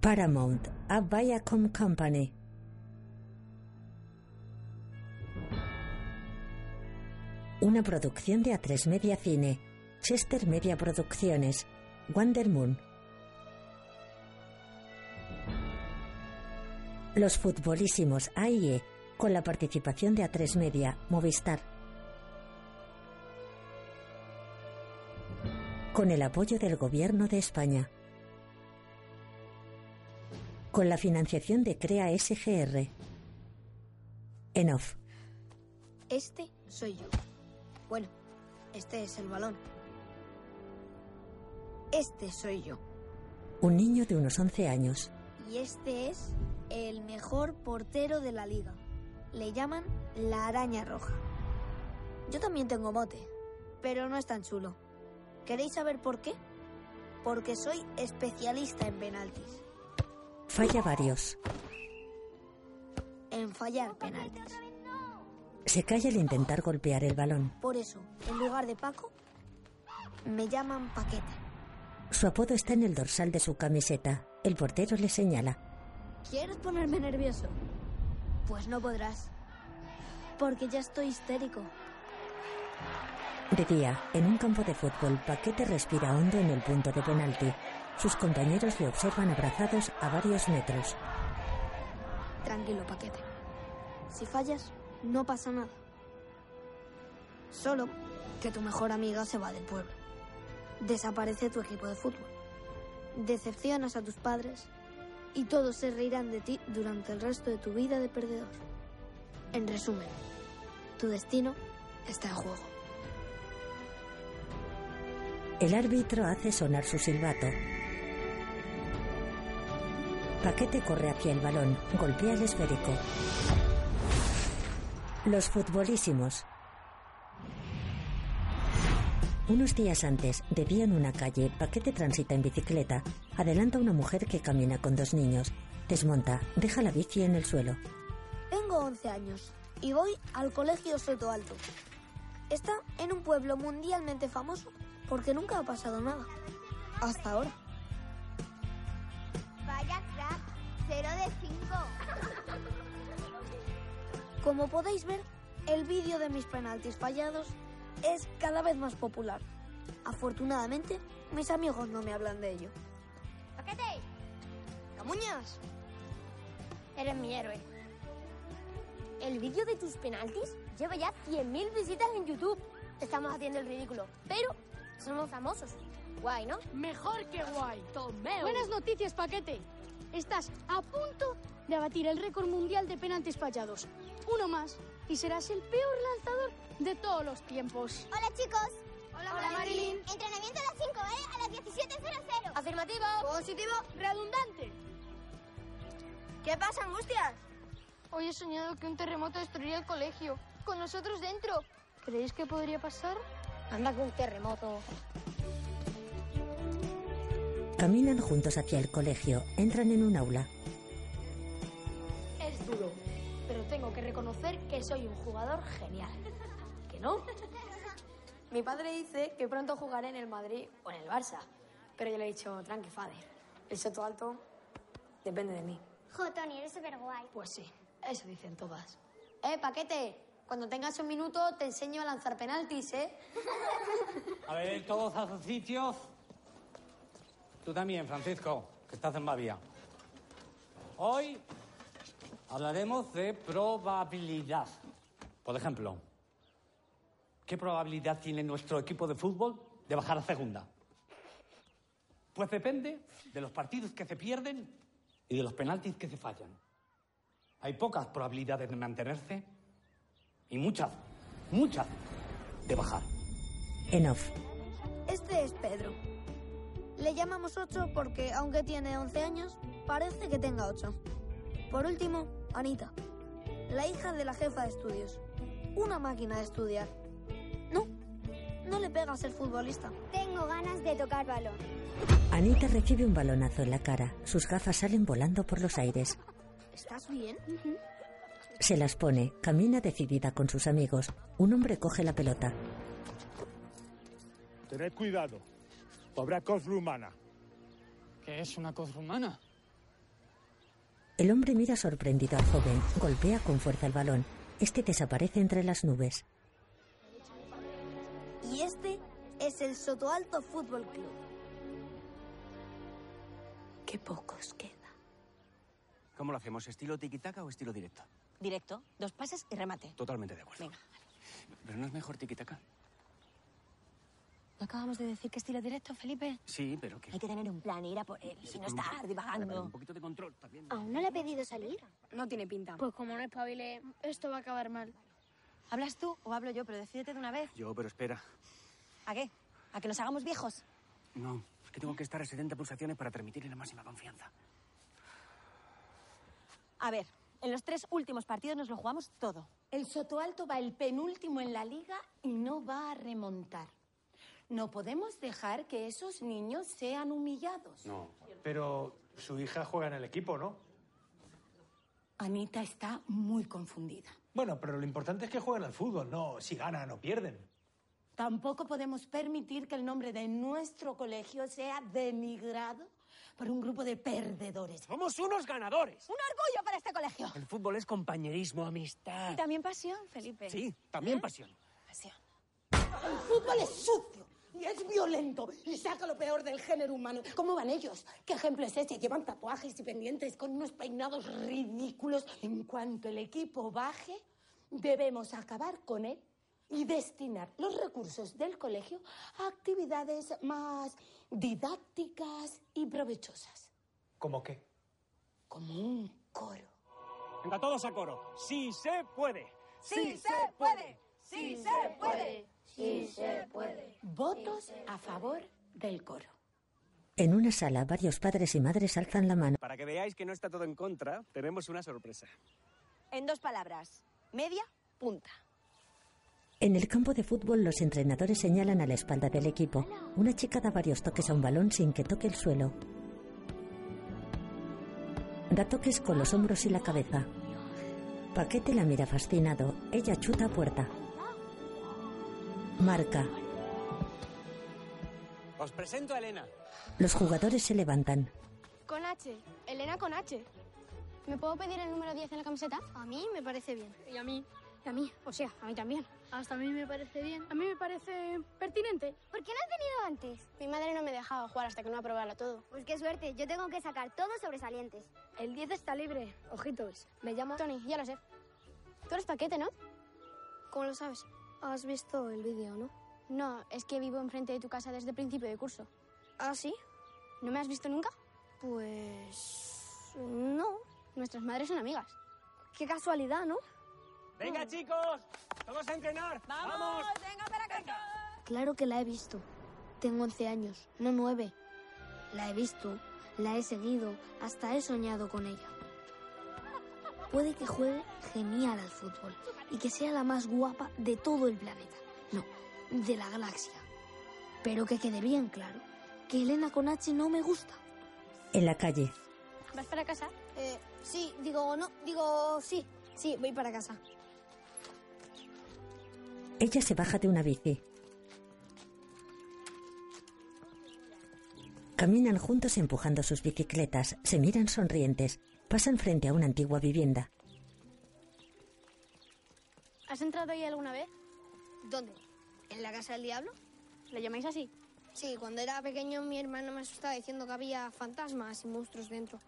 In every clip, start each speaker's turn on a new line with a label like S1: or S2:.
S1: Paramount a Viacom Company. Una producción de A3 Media Cine, Chester Media Producciones, Wonder Moon. Los futbolísimos AIE, con la participación de A3 Media, Movistar. Con el apoyo del Gobierno de España. Con la financiación de CREA SGR. En off.
S2: Este soy yo. Bueno, este es el balón. Este soy yo.
S1: Un niño de unos 11 años.
S2: Y este es el mejor portero de la liga. Le llaman la araña roja. Yo también tengo mote, pero no es tan chulo. ¿Queréis saber por qué? Porque soy especialista en penaltis,
S1: Falla varios.
S2: en fallar penaltis.
S1: Se calla al intentar golpear el balón.
S2: Por eso, en lugar de Paco, me llaman Paqueta.
S1: Su apodo está en el dorsal de su camiseta. El portero le señala.
S2: ¿Quieres ponerme nervioso? Pues no podrás, porque ya estoy histérico.
S1: De día, en un campo de fútbol, Paquete respira hondo en el punto de penalti. Sus compañeros le observan abrazados a varios metros.
S2: Tranquilo, paquete. Si fallas, no pasa nada. Solo que tu mejor amiga se va del pueblo. Desaparece tu equipo de fútbol. Decepcionas a tus padres y todos se reirán de ti durante el resto de tu vida de perdedor. En resumen, tu destino está en juego.
S1: El árbitro hace sonar su silbato. Paquete corre hacia el balón, golpea el esférico. Los futbolísimos. Unos días antes, de día en una calle, Paquete transita en bicicleta, adelanta a una mujer que camina con dos niños, desmonta, deja la bici en el suelo.
S2: Tengo 11 años y voy al colegio Soto Alto. Está en un pueblo mundialmente famoso porque nunca ha pasado nada. Hasta ahora.
S3: Vaya crack, 0 de 5.
S2: Como podéis ver, el vídeo de mis penaltis fallados es cada vez más popular. Afortunadamente, mis amigos no me hablan de ello.
S3: ¡Paquete!
S2: ¡Camuñas!
S3: Eres mi héroe. El vídeo de tus penaltis lleva ya 100.000 visitas en YouTube. Estamos haciendo el ridículo, pero somos famosos. Guay, ¿no?
S4: Mejor que guay.
S3: Tomeo.
S4: Buenas noticias, paquete. Estás a punto de batir el récord mundial de penaltis fallados. Uno más y serás el peor lanzador de todos los tiempos.
S3: Hola, chicos.
S4: Hola,
S3: Entrenamiento a las 5, ¿vale? A las 17.00. Afirmativo.
S4: Positivo, redundante.
S3: ¿Qué pasa, angustias?
S4: Hoy he soñado que un terremoto destruiría el colegio, con nosotros dentro. ¿Creéis que podría pasar?
S3: Anda con un terremoto.
S1: Caminan juntos hacia el colegio, entran en un aula.
S3: Es duro, pero tengo que reconocer que soy un jugador genial. ¿Que no? Mi padre dice que pronto jugaré en el Madrid o en el Barça, pero yo le he dicho, tranqui, father. El soto alto depende de mí.
S5: Jo, Tony, eres súper guay.
S3: Pues sí, eso dicen todas. Eh, paquete, cuando tengas un minuto te enseño a lanzar penaltis, ¿eh?
S6: A ver, todos a sus sitios. Tú también, Francisco, que estás en Bavia. Hoy hablaremos de probabilidad. Por ejemplo, ¿qué probabilidad tiene nuestro equipo de fútbol de bajar a segunda? Pues depende de los partidos que se pierden y de los penaltis que se fallan. Hay pocas probabilidades de mantenerse y muchas, muchas de bajar.
S1: En off.
S2: Este es Pedro. Le llamamos 8 porque, aunque tiene 11 años, parece que tenga 8. Por último, Anita, la hija de la jefa de estudios. Una máquina de estudiar. No, no le pega a ser futbolista.
S5: Tengo ganas de tocar balón.
S1: Anita recibe un balonazo en la cara. Sus gafas salen volando por los aires.
S2: ¿Estás bien?
S1: Se las pone, camina decidida con sus amigos. Un hombre coge la pelota.
S7: Tened cuidado. Habrá cosla humana.
S8: ¿Qué es una cosa humana?
S1: El hombre mira sorprendido al joven, golpea con fuerza el balón. Este desaparece entre las nubes.
S2: Y este es el Sotoalto Fútbol Club.
S9: Qué pocos quedan.
S6: ¿Cómo lo hacemos? ¿Estilo tiquitaca o estilo directo?
S9: Directo, dos pases y remate.
S6: Totalmente de acuerdo.
S9: Venga.
S6: ¿Pero no es mejor tiquitaca?
S9: ¿No acabamos de decir que estilo directo, Felipe?
S6: Sí, pero que...
S9: Hay que tener un plan e ir a por él. Si no estar
S6: Vale,
S9: divagando.
S6: Un poquito de control también.
S10: ¿Aún no le he pedido salir?
S11: No tiene pinta.
S12: Pues como no espabile, esto va a acabar mal.
S9: ¿Hablas tú o hablo yo? Pero decídete de una vez.
S6: Yo, pero espera.
S9: ¿A qué? ¿A que nos hagamos viejos?
S6: No, es que tengo que estar a 70 pulsaciones para transmitirle la máxima confianza.
S9: A ver, en los tres últimos partidos nos lo jugamos todo.
S13: El Sotoalto va el penúltimo en la liga y no va a remontar. No podemos dejar que esos niños sean humillados.
S6: No.
S14: Pero su hija juega en el equipo, ¿no?
S13: Anita está muy confundida.
S14: Bueno, pero lo importante es que juegan al fútbol, no si ganan o pierden.
S13: Tampoco podemos permitir que el nombre de nuestro colegio sea denigrado por un grupo de perdedores.
S6: ¡Somos unos ganadores!
S9: ¡Un orgullo para este colegio!
S6: El fútbol es compañerismo, amistad.
S9: También ¿Eh? pasión, Felipe.
S6: Ah. Sí, también pasión.
S9: Pasión.
S13: El fútbol es sucio y es violento y saca lo peor del género humano. ¿Cómo van ellos? ¿Qué ejemplo es ese? Llevan tatuajes y pendientes con unos peinados ridículos. En cuanto el equipo baje, debemos acabar con él y destinar los recursos del colegio a actividades más didácticas y provechosas,
S14: ¿Cómo qué?
S13: como un coro.
S6: Venga, todos a coro. ¡Sí se puede!
S9: ¡Sí se puede! ¡Sí se puede!
S13: Votos a favor del coro.
S1: En una sala, varios padres y madres alzan la mano.
S6: Para que veáis que no está todo en contra, tenemos una sorpresa.
S9: En dos palabras. Media, punta.
S1: En el campo de fútbol, los entrenadores señalan a la espalda del equipo. Una chica da varios toques a un balón sin que toque el suelo. Da toques con los hombros y la cabeza. Paquete la mira fascinado. Ella chuta a puerta. Marca.
S6: Os presento a Elena.
S1: Los jugadores se levantan.
S12: Con H. Elena con H.
S10: ¿Me puedo pedir el número 10 en la camiseta?
S12: A mí me parece bien. Y a mí. Y a mí. O sea, a mí también. Hasta a mí me parece bien. A mí me parece pertinente.
S10: ¿Por qué no has venido antes?
S12: Mi madre no me dejaba jugar hasta que no aprobara todo.
S10: Pues qué suerte, yo tengo que sacar todos sobresalientes.
S11: El 10 está libre. Ojitos. Me llamo...
S12: Tony, ya lo sé. Tú eres paquete, ¿no? ¿Cómo lo sabes?
S2: ¿Has visto el vídeo, no?
S12: No, es que vivo enfrente de tu casa desde el principio de curso.
S2: ¿Ah, sí?
S12: ¿No me has visto nunca?
S2: Pues... No.
S12: Nuestras madres son amigas.
S2: Qué casualidad, ¿no?
S15: Mm.
S6: ¡Venga, chicos! ¡Todos a entrenar! ¡Vamos!
S9: ¡Venga para acá!
S2: Claro que la he visto. Tengo 11 años, no 9. La he visto, la he seguido, hasta he soñado con ella. Puede que juegue genial al fútbol y que sea la más guapa de todo el planeta. No, de la galaxia. Pero que quede bien claro que Elena con H no me gusta.
S1: En la calle,
S12: ¿Vas para casa?
S2: Eh, sí, digo no, digo sí. Sí, voy para casa.
S1: ella se baja de una bici. Caminan juntos empujando sus bicicletas, se miran sonrientes, pasan frente a una antigua vivienda.
S12: ¿Has entrado ahí alguna vez?
S2: ¿Dónde? ¿En la casa del diablo?
S12: ¿Lo llamáis así?
S2: Sí, cuando era pequeño mi hermano me asustaba diciendo que había fantasmas y monstruos dentro.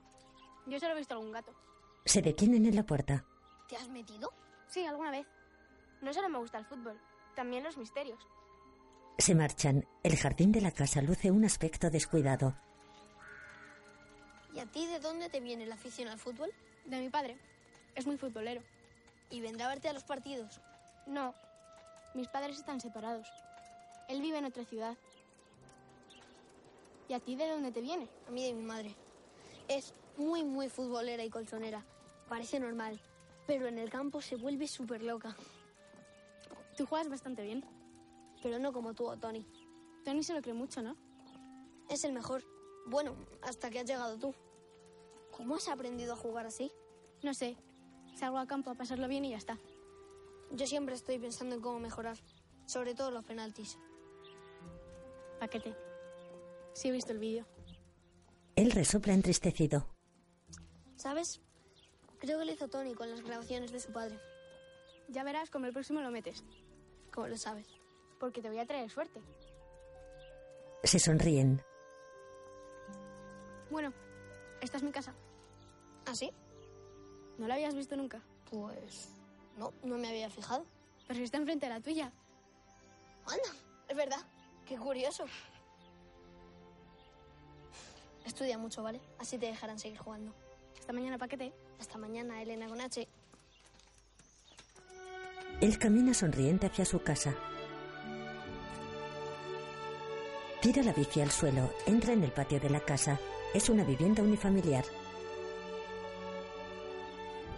S12: Yo solo he visto algún gato.
S1: Se detienen en la puerta.
S2: ¿Te has metido?
S12: Sí, alguna vez. No solo me gusta el fútbol, también los misterios.
S1: Se marchan. El jardín de la casa luce un aspecto descuidado.
S2: ¿Y a ti de dónde te viene la afición al fútbol?
S12: De mi padre. Es muy futbolero.
S2: ¿Y vendrá a verte a los partidos?
S12: No, mis padres están separados. Él vive en otra ciudad. ¿Y a ti de dónde te viene?
S2: A mí de mi madre. Es muy, muy futbolera y colchonera. Parece normal, pero en el campo se vuelve súper loca.
S12: Tú juegas bastante bien.
S2: Pero no como tú, Tony.
S12: Tony se lo cree mucho, ¿no?
S2: Es el mejor. Bueno, hasta que has llegado tú. ¿Cómo has aprendido a jugar así?
S12: No sé. Salgo al campo a pasarlo bien y ya está.
S2: Yo siempre estoy pensando en cómo mejorar, sobre todo los penaltis.
S12: Paquete. Sí he visto el vídeo.
S1: Él resopla entristecido.
S2: ¿Sabes? Creo que lo hizo Tony con las grabaciones de su padre.
S16: Ya verás como el próximo lo metes.
S2: ¿Cómo lo sabes?
S16: Porque te voy a traer suerte.
S1: Se sonríen.
S16: Bueno, esta es mi casa.
S2: ¿Ah, sí?
S16: ¿No la habías visto nunca?
S2: Pues no, no me había fijado.
S16: Pero si está enfrente de la tuya.
S2: Anda, es verdad. Qué curioso. Estudia mucho, ¿vale? Así te dejarán seguir jugando.
S16: Hasta mañana, paquete.
S2: Hasta mañana, Elena con H.
S1: Él camina sonriente hacia su casa. Tira la bici al suelo, entra en el patio de la casa. Es una vivienda unifamiliar.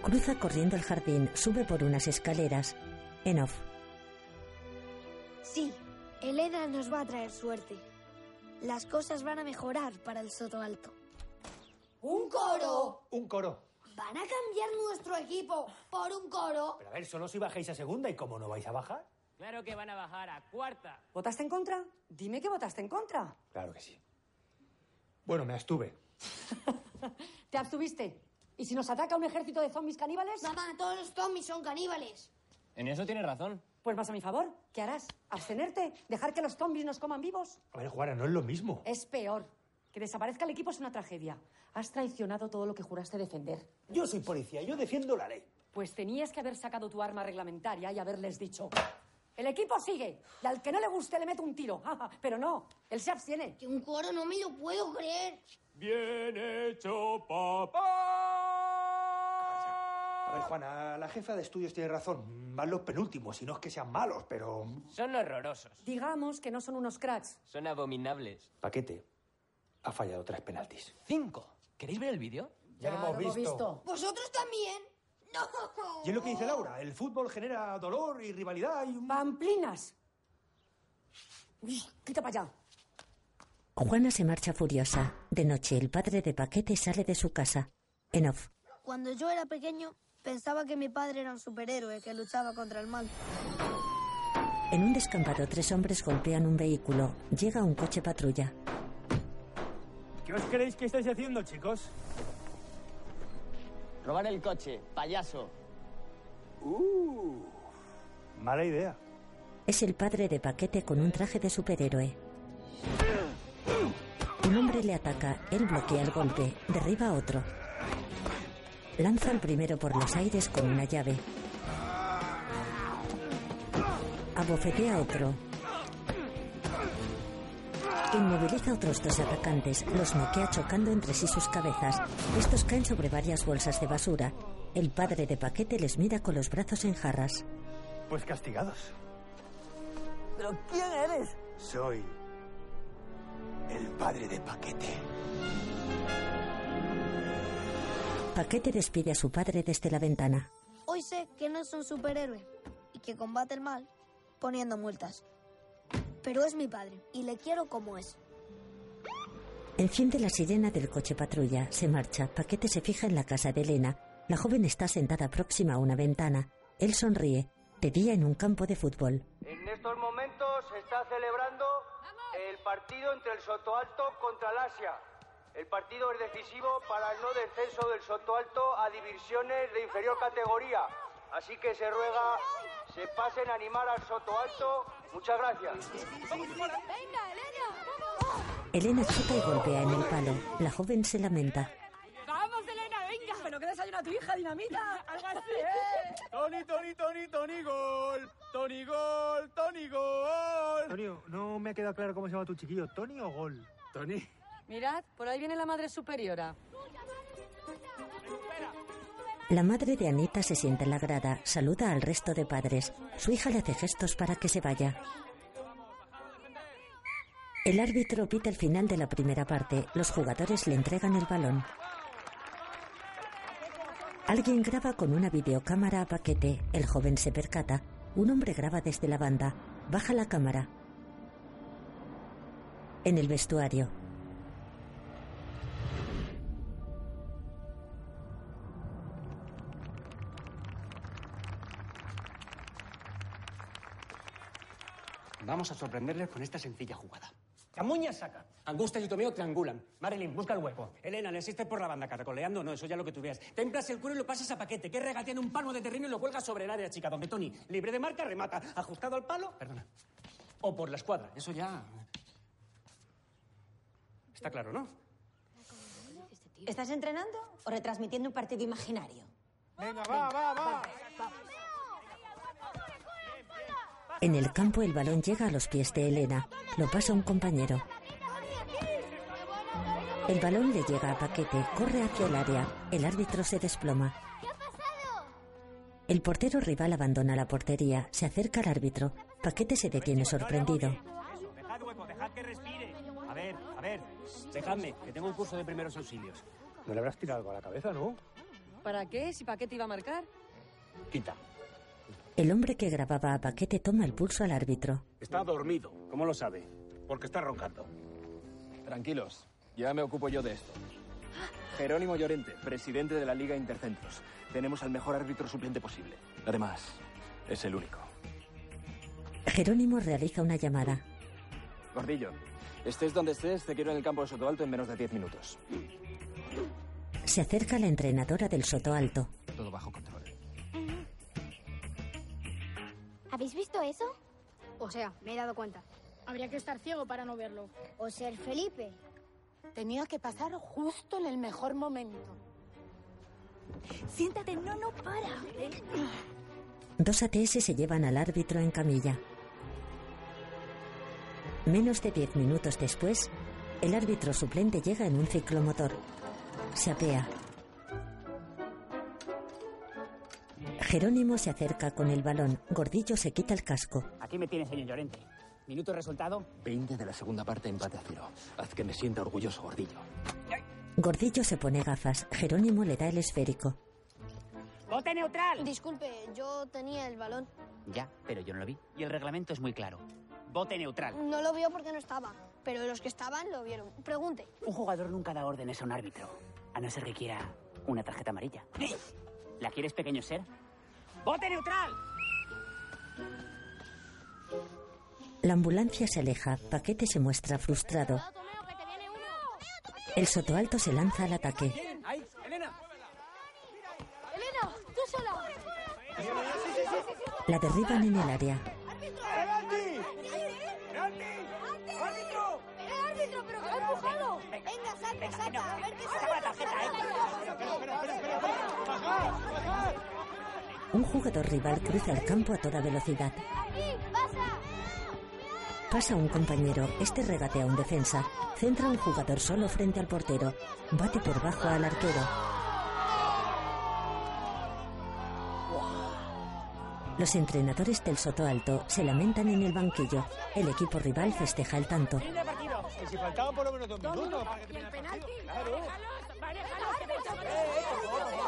S1: Cruza corriendo el jardín, sube por unas escaleras. En off.
S2: Sí, Elena nos va a traer suerte. Las cosas van a mejorar para el Soto Alto.
S17: ¡Un
S18: Oh.
S17: coro!
S14: Un coro.
S17: ¿Van a cambiar nuestro equipo por un coro?
S14: Pero a ver, solo si bajáis a segunda y como no vais a bajar.
S18: Claro que van a bajar a cuarta.
S4: ¿Votaste en contra? Dime que votaste en contra.
S14: Claro que sí. Bueno, me abstuve.
S4: ¿Te abstuviste? ¿Y si nos ataca un ejército de zombies caníbales?
S2: Mamá, todos los zombies son caníbales.
S18: En eso tienes razón.
S4: Pues vas a mi favor. ¿Qué harás? ¿Abstenerte? ¿Dejar que los zombies nos coman vivos?
S14: A ver, Juana, no es lo mismo.
S4: Es peor. Que desaparezca el equipo es una tragedia. Has traicionado todo lo que juraste defender.
S14: Yo soy policía, yo defiendo la ley.
S4: Pues tenías que haber sacado tu arma reglamentaria y haberles dicho. El equipo sigue. Y al que no le guste le meto un tiro. Pero no, él se abstiene.
S2: Que un coro no me lo puedo creer.
S9: Bien hecho, papá.
S14: A ver, Juana, la jefa de estudios tiene razón. Van los penúltimos, y no es que sean malos, pero.
S18: Son horrorosos.
S4: Digamos que no son unos cracks.
S18: Son abominables.
S14: Paquete ha fallado tres penaltis.
S18: Cinco. ¿Queréis ver el vídeo?
S14: Ya, lo hemos visto.
S2: ¿Vosotros también? No.
S14: Y es lo que dice Laura: el fútbol genera dolor y rivalidad y un.
S4: ¡Pamplinas! Uy, quita para allá.
S1: Juana se marcha furiosa. De noche, el padre de Paquete sale de su casa. En off.
S2: Cuando yo era pequeño, pensaba que mi padre era un superhéroe que luchaba contra el mal.
S1: En un descampado, tres hombres golpean un vehículo. Llega un coche patrulla.
S19: ¿Qué os creéis que estáis haciendo, chicos?
S18: Robar el coche, payaso.
S14: Uh, mala idea.
S1: Es el padre de Paquete con un traje de superhéroe. Un hombre le ataca, él bloquea el golpe, derriba a otro. Lanza al primero por los aires con una llave. Abofetea a otro. Inmoviliza a otros dos atacantes, los noquea chocando entre sí sus cabezas. Estos caen sobre varias bolsas de basura. El padre de Paquete les mira con los brazos en jarras.
S14: Pues castigados.
S4: ¿Pero quién eres?
S14: Soy el padre de Paquete.
S1: Paquete despide a su padre desde la ventana.
S2: Hoy sé que no es un superhéroe y que combate el mal poniendo multas. Pero es mi padre y le quiero como es.
S1: Enciende la sirena del coche patrulla, se marcha. Paquete se fija en la casa de Elena. La joven está sentada próxima a una ventana. Él sonríe. De día en un campo de fútbol.
S20: En estos momentos se está celebrando el partido entre el Sotoalto contra el Asia. El partido es decisivo para el no descenso del Sotoalto a divisiones de inferior categoría. Así que se ruega, se pasen a animar al Sotoalto. Muchas gracias.
S1: Elena chuta y golpea en el palo. La joven se lamenta.
S4: ¡Vamos, Elena, venga! ¿Pero qué desayuna tu hija, dinamita? Algo así, ¿eh?
S9: Tony, Tony, Tony, Tony, gol. Tony, gol, Tony, gol.
S14: Antonio, no me ha quedado claro cómo se llama tu chiquillo, ¿Tony o Gol?
S9: Tony.
S4: Mirad, por ahí viene la madre superiora.
S1: La madre de Anita se sienta en la grada, saluda al resto de padres. Su hija le hace gestos para que se vaya. El árbitro pita el final de la primera parte. Los jugadores le entregan el balón. Alguien graba con una videocámara a paquete. El joven se percata. Un hombre graba desde la banda. Baja la cámara. En el vestuario,
S6: Vamos a sorprenderles con esta sencilla jugada.
S21: Camuña saca. Angustia y Utomeo triangulan. Marilyn, busca el hueco.
S6: Elena, le asistes por la banda caracoleando. No, eso ya lo que tú veas. Templas el cuero y lo pasas a paquete. Que regatea en un palmo de terreno y lo cuelga sobre el área, chica. Donde Tony, libre de marca, remata. Ajustado al palo. Perdona. O por la escuadra. Eso ya. eh. Está claro, ¿no?
S4: ¿Estás entrenando o retransmitiendo un partido imaginario?
S9: Venga, va, va, va.
S1: En el campo el balón llega a los pies de Elena. Lo pasa un compañero. El balón le llega a Paquete, corre hacia el área. El árbitro se desploma. El portero rival abandona la portería, se acerca al árbitro. Paquete se detiene sorprendido.
S6: Dejad hueco, dejad que respire. A ver, a ver. Dejadme, que tengo un curso de primeros auxilios.
S22: No le habrás tirado algo a la cabeza, ¿no?
S4: ¿Para qué? Si Paquete iba a marcar.
S6: Quita.
S1: El hombre que grababa a Paquete toma el pulso al árbitro.
S21: Está dormido. ¿Cómo lo sabe? Porque está roncando.
S23: Tranquilos, ya me ocupo yo de esto. Jerónimo Llorente, presidente de la Liga Intercentros. Tenemos al mejor árbitro suplente posible. Además, es el único.
S1: Jerónimo realiza una llamada.
S23: Gordillo, estés donde estés, te quiero en el campo de Sotoalto en menos de 10 minutos.
S1: Se acerca la entrenadora del Soto Alto.
S23: Todo bajo control.
S2: ¿Habéis visto eso?
S15: O sea, me he dado cuenta. Habría que estar ciego para no verlo.
S2: O ser Felipe.
S13: Tenía que pasar justo en el mejor momento.
S2: Siéntate, no, no, para.
S1: Dos ATS se llevan al árbitro en camilla. Menos de diez minutos después, el árbitro suplente llega en un ciclomotor. Se apea. Jerónimo se acerca con el balón. Gordillo se quita el casco.
S24: Aquí me tienes, señor Llorente. Minuto resultado.
S23: 20 de la segunda parte, empate a cero. Haz que me sienta orgulloso, gordillo.
S1: Gordillo se pone gafas. Jerónimo le da el esférico.
S24: ¡Bote neutral!
S25: Disculpe, yo tenía el balón.
S24: Ya, pero yo no lo vi. Y el reglamento es muy claro. Bote neutral.
S25: No lo vio porque no estaba, pero los que estaban lo vieron. Pregunte.
S24: Un jugador nunca da órdenes a un árbitro. A no ser que quiera una tarjeta amarilla. ¿La quieres pequeño ser? ¡Bote neutral!
S1: La ambulancia se aleja. Paquete se muestra frustrado. El sotoalto se lanza al ataque.
S6: ¡Ay, Elena!
S15: ¡Elena, tú sola!
S1: La derriban en el área.
S9: ¡Árbitro!
S15: árbitro, pero que ha empujado! Venga, saca, saca, a ver qué
S1: Un jugador rival cruza el campo a toda velocidad. Pasa un compañero, este regatea un defensa, centra un jugador solo frente al portero, bate por bajo al arquero. Los entrenadores del Soto Alto se lamentan en el banquillo. El equipo rival festeja el tanto.
S22: Que si faltaban por lo menos dos minutos.
S9: Eh,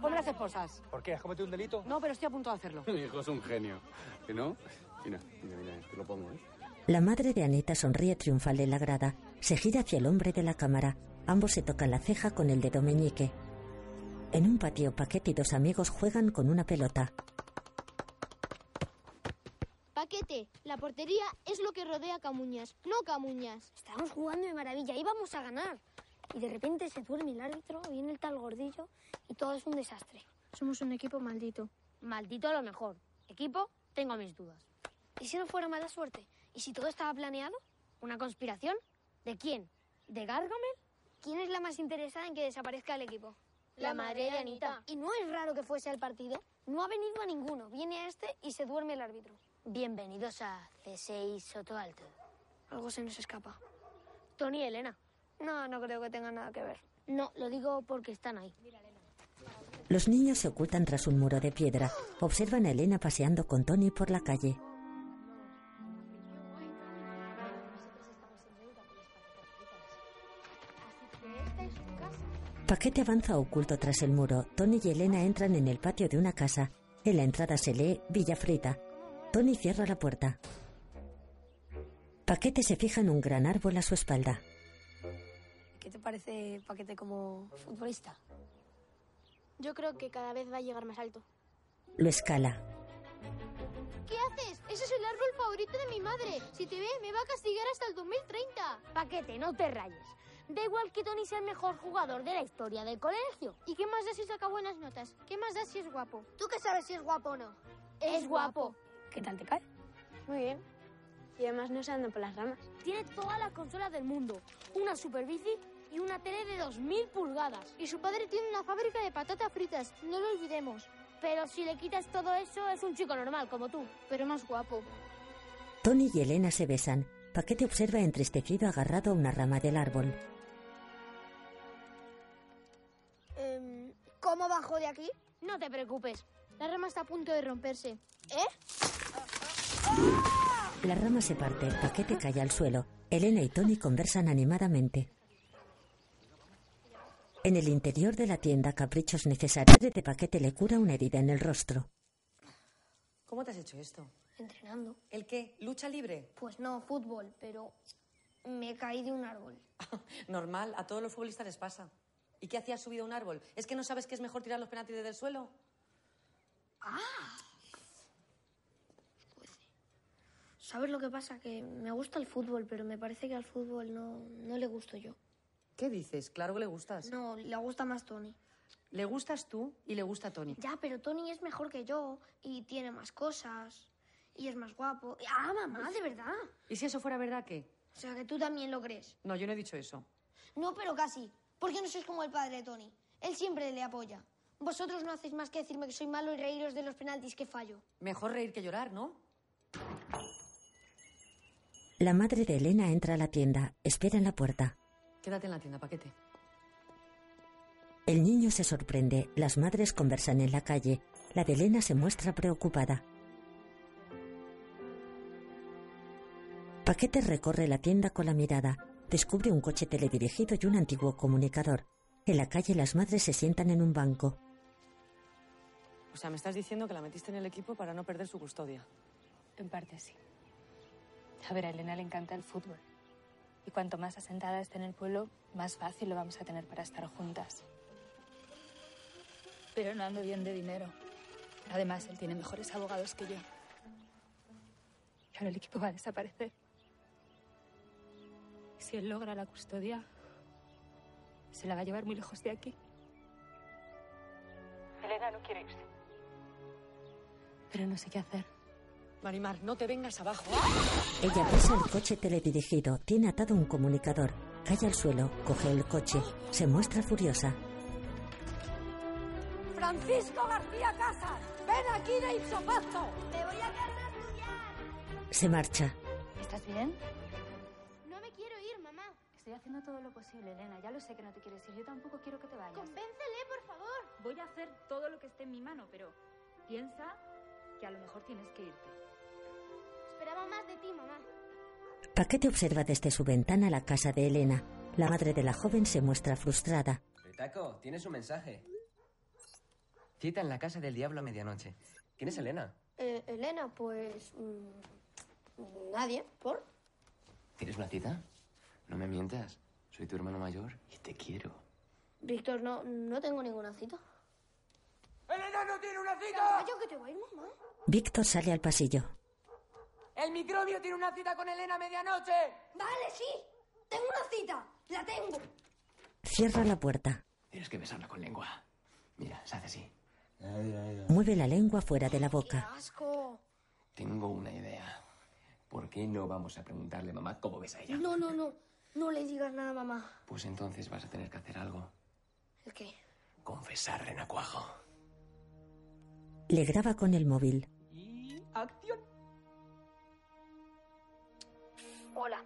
S26: Ponme las esposas.
S22: ¿Por qué? ¿Has cometido un delito?
S26: No, pero estoy a punto de hacerlo.
S9: Mi hijo es un genio. ¿Que no? Mira, mira, mira, te lo pongo, ¿eh?
S1: La madre de Anita sonríe triunfal en la grada. Se gira hacia el hombre de la cámara. Ambos se tocan la ceja con el dedo meñique. En un patio, Paquete y dos amigos juegan con una pelota.
S2: Paquete, la portería es lo que rodea a Camuñas, no Camuñas.
S25: Estábamos jugando de maravilla, íbamos a ganar. Y de repente se duerme el árbitro, viene el tal gordillo y todo es un desastre.
S2: Somos un equipo maldito.
S7: Maldito a lo mejor. Equipo, tengo mis dudas.
S25: ¿Y si no fuera mala suerte? ¿Y si todo estaba planeado?
S7: ¿Una conspiración? ¿De quién? ¿De Gargamel?
S25: ¿Quién es la más interesada en que desaparezca el equipo?
S7: La madre de Anita.
S25: Y no es raro que fuese al partido. No ha venido a ninguno. Viene a este y se duerme el árbitro.
S7: Bienvenidos a C6 Soto Alto.
S25: Algo se nos escapa.
S7: Tony y Elena.
S25: No, no creo que tenga nada que ver.
S7: No, lo digo porque están ahí.
S1: Los niños se ocultan tras un muro de piedra. Observan a Elena paseando con Tony por la calle. Paquete avanza oculto tras el muro. Tony y Elena entran en el patio de una casa. En la entrada se lee Villa Frita. Tony cierra la puerta. Paquete se fija en un gran árbol a su espalda.
S27: ¿Qué te parece Paquete como futbolista?
S2: Yo creo que cada vez va a llegar más alto.
S1: Lo escala.
S13: ¿Qué haces? Ese es el árbol favorito de mi madre. Si te ve, me va a castigar hasta el 2030.
S2: Paquete, no te rayes. Da igual que Tony sea el mejor jugador de la historia del colegio.
S13: ¿Y qué más da si saca buenas notas? ¿Qué más da si es guapo?
S28: ¿Tú qué sabes si es guapo o no?
S13: Es guapo.
S2: ¿Qué tal te cae? Muy bien. Y además no se anda por las ramas. Tiene todas las consolas del mundo, una super bici y una tele de 2000 pulgadas.
S13: Y su padre tiene una fábrica de patatas fritas, no lo olvidemos.
S2: Pero si le quitas todo eso, es un chico normal como tú, pero más guapo.
S1: Tony y Elena se besan. Paquete observa entristecido agarrado a una rama del árbol.
S28: Em, ¿Cómo bajo de aquí?
S13: No te preocupes, la rama está a punto de romperse.
S28: ¿Eh?
S1: La rama se parte, Paquete cae al suelo. Elena y Tony conversan animadamente. En el interior de la tienda, Caprichos Necesarios de Paquete le cura una herida en el rostro.
S4: ¿Cómo te has hecho esto?
S2: Entrenando.
S4: ¿El qué? ¿Lucha libre?
S2: Pues no, fútbol, pero me caí de un árbol.
S4: Normal, a todos los futbolistas les pasa. ¿Y qué hacías subido a un árbol? ¿Es que no sabes que es mejor tirar los penaltis desde el suelo?
S2: Ah. ¿Sabes lo que pasa? Que me gusta el fútbol, pero me parece que al fútbol no, no le gusto yo.
S4: ¿Qué dices? Claro que le gustas.
S2: No, le gusta más Tony.
S4: Le gustas tú y le gusta Tony.
S2: Ya, pero Tony es mejor que yo y tiene más cosas y es más guapo. Ah, mamá, de verdad.
S4: ¿Y si eso fuera verdad, qué?
S2: O sea, que tú también lo crees.
S4: No, yo no he dicho eso.
S28: No, pero casi. ¿Por qué no sois como el padre de Tony? Él siempre le apoya.
S13: Vosotros no hacéis más que decirme que soy malo y reíros de los penaltis que fallo.
S4: Mejor reír que llorar, ¿no?
S1: La madre de Elena entra a la tienda, espera en la puerta.
S4: Quédate en la tienda, paquete.
S1: El niño se sorprende, las madres conversan en la calle, la de Elena se muestra preocupada. Paquete recorre la tienda con la mirada, descubre un coche teledirigido y un antiguo comunicador. En la calle las madres se sientan en un banco.
S4: O sea, me estás diciendo que la metiste en el equipo para no perder su custodia.
S29: En parte sí. A ver, a Elena le encanta el fútbol. Y cuanto más asentada esté en el pueblo, más fácil lo vamos a tener para estar juntas. Pero no ando bien de dinero. Además, él tiene mejores abogados que yo. Pero el equipo va a desaparecer. Si él logra la custodia, se la va a llevar muy lejos de aquí.
S30: Elena no quiere irse.
S29: Pero no sé qué hacer.
S4: Marimar, no te vengas abajo.
S1: Ella pasa el coche teledirigido, tiene atado un comunicador, cae al suelo, coge el coche, se muestra furiosa.
S30: Francisco García Casas, ven aquí de Ipsopazo.
S28: Te voy a cargar.
S1: Se marcha.
S29: ¿Estás bien?
S13: No me quiero ir, mamá.
S29: Estoy haciendo todo lo posible, Elena. Ya lo sé que no te quieres ir. Yo tampoco quiero que te vayas.
S13: Convéncele, por favor.
S29: Voy a hacer todo lo que esté en mi mano, pero piensa que a lo mejor tienes que irte.
S13: Esperaba más de ti, mamá.
S1: Paquete observa desde su ventana la casa de Elena. La madre de la joven se muestra frustrada.
S6: Taco, tienes un mensaje. Cita en la casa del diablo a medianoche. ¿Quién es Elena?
S2: Eh, Elena, pues... mm, nadie, ¿por?
S6: ¿Tienes una cita? No me mientas. Soy tu hermano mayor y te quiero.
S2: Víctor, no, no tengo ninguna cita.
S9: ¡Elena no tiene una cita!
S2: Yo que te voy a ir, mamá.
S1: Víctor sale al pasillo.
S9: ¡El microbio tiene una cita con Elena a medianoche!
S28: Vale, sí. Tengo una cita. La tengo.
S1: Cierra la puerta.
S6: Tienes que besarla con lengua. Mira, se hace así.
S1: Mueve la lengua fuera de la boca.
S2: Asco.
S6: Tengo una idea. ¿Por qué no vamos a preguntarle a mamá cómo ves a ella?
S2: No, no, no. No le digas nada, mamá.
S6: Pues entonces vas a tener que hacer algo.
S2: ¿El qué?
S6: Confesar, renacuajo.
S1: Le graba con el móvil.
S9: Y acción.
S2: Hola.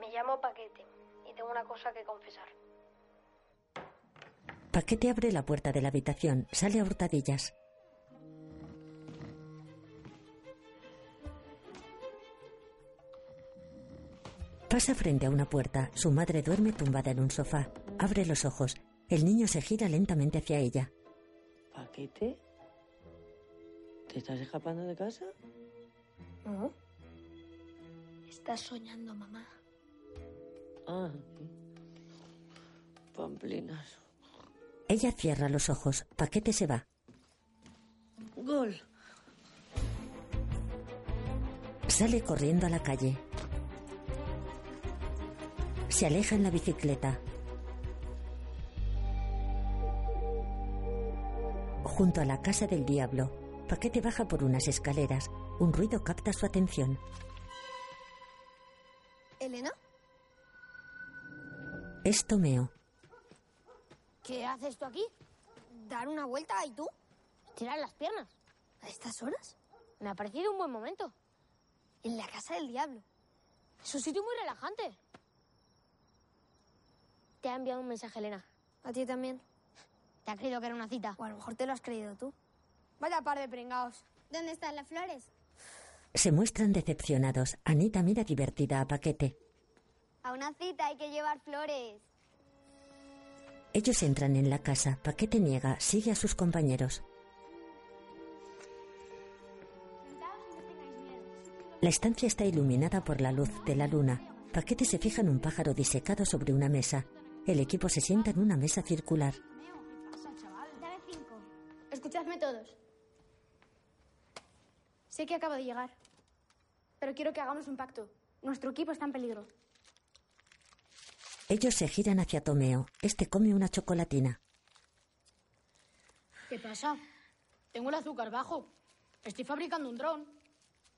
S2: Me llamo Paquete y tengo una cosa que confesar.
S1: Paquete abre la puerta de la habitación, sale a hurtadillas. Pasa frente a una puerta, su madre duerme tumbada en un sofá, abre los ojos, el niño se gira lentamente hacia ella.
S31: ¿Paquete? ¿Te estás escapando de casa?
S9: Oh.
S2: ¿No? Estás soñando, mamá.
S31: Ah, pamplinas.
S1: Ella cierra los ojos, Paquete se va.
S31: Gol.
S1: Sale corriendo a la calle. Se aleja en la bicicleta. Junto a la casa del diablo, Paquete baja por unas escaleras. Un ruido capta su atención.
S25: ¿Elena?
S1: Es Tomeo.
S25: ¿Qué haces tú aquí? Dar una vuelta y tú.
S2: Tirar las piernas.
S25: ¿A estas horas?
S2: Me ha parecido un buen momento.
S25: En la casa del diablo.
S2: Es un sitio muy relajante. Te ha enviado un mensaje, Elena.
S25: A ti también.
S2: Te ha creído que era una cita.
S25: O a lo mejor te lo has creído tú.
S27: Vaya par de pringaos.
S2: ¿Dónde están las flores?
S1: Se muestran decepcionados. Anita mira divertida a Paquete.
S2: A una cita hay que llevar flores.
S1: Ellos entran en la casa. Paquete niega, sigue a sus compañeros. La estancia está iluminada por la luz de la luna. Paquete se fija en un pájaro disecado sobre una mesa. El equipo se sienta en una mesa circular.
S2: Dame cinco. Escuchadme todos.
S15: Sé que acabo de llegar, pero quiero que hagamos un pacto. Nuestro equipo está en peligro.
S1: Ellos se giran hacia Tomeo. Este come una chocolatina.
S15: ¿Qué pasa? Tengo el azúcar bajo. Estoy fabricando un dron.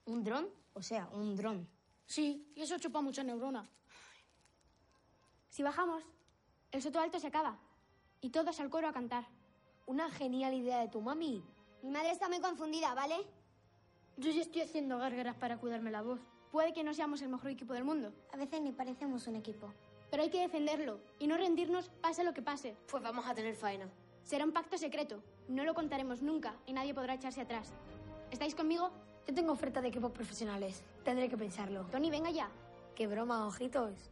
S2: ¿Un dron? O sea, un dron.
S15: Sí, y eso chupa mucha neurona. Si bajamos, el soto alto se acaba. Y todos al coro a cantar.
S27: Una genial idea de tu mami.
S2: Mi madre está muy confundida, ¿vale?
S15: Yo ya estoy haciendo gárgaras para cuidarme la voz. Puede que no seamos el mejor equipo del mundo,
S2: A veces ni parecemos un equipo.
S15: pero hay que defenderlo y no rendirnos pase lo que pase.
S27: Pues vamos a tener faena.
S15: Será un pacto secreto. No lo contaremos nunca y nadie podrá echarse atrás. ¿Estáis conmigo?
S27: Yo tengo oferta de equipos profesionales. Tendré que pensarlo.
S15: Tony, venga ya.
S27: Qué broma, ojitos.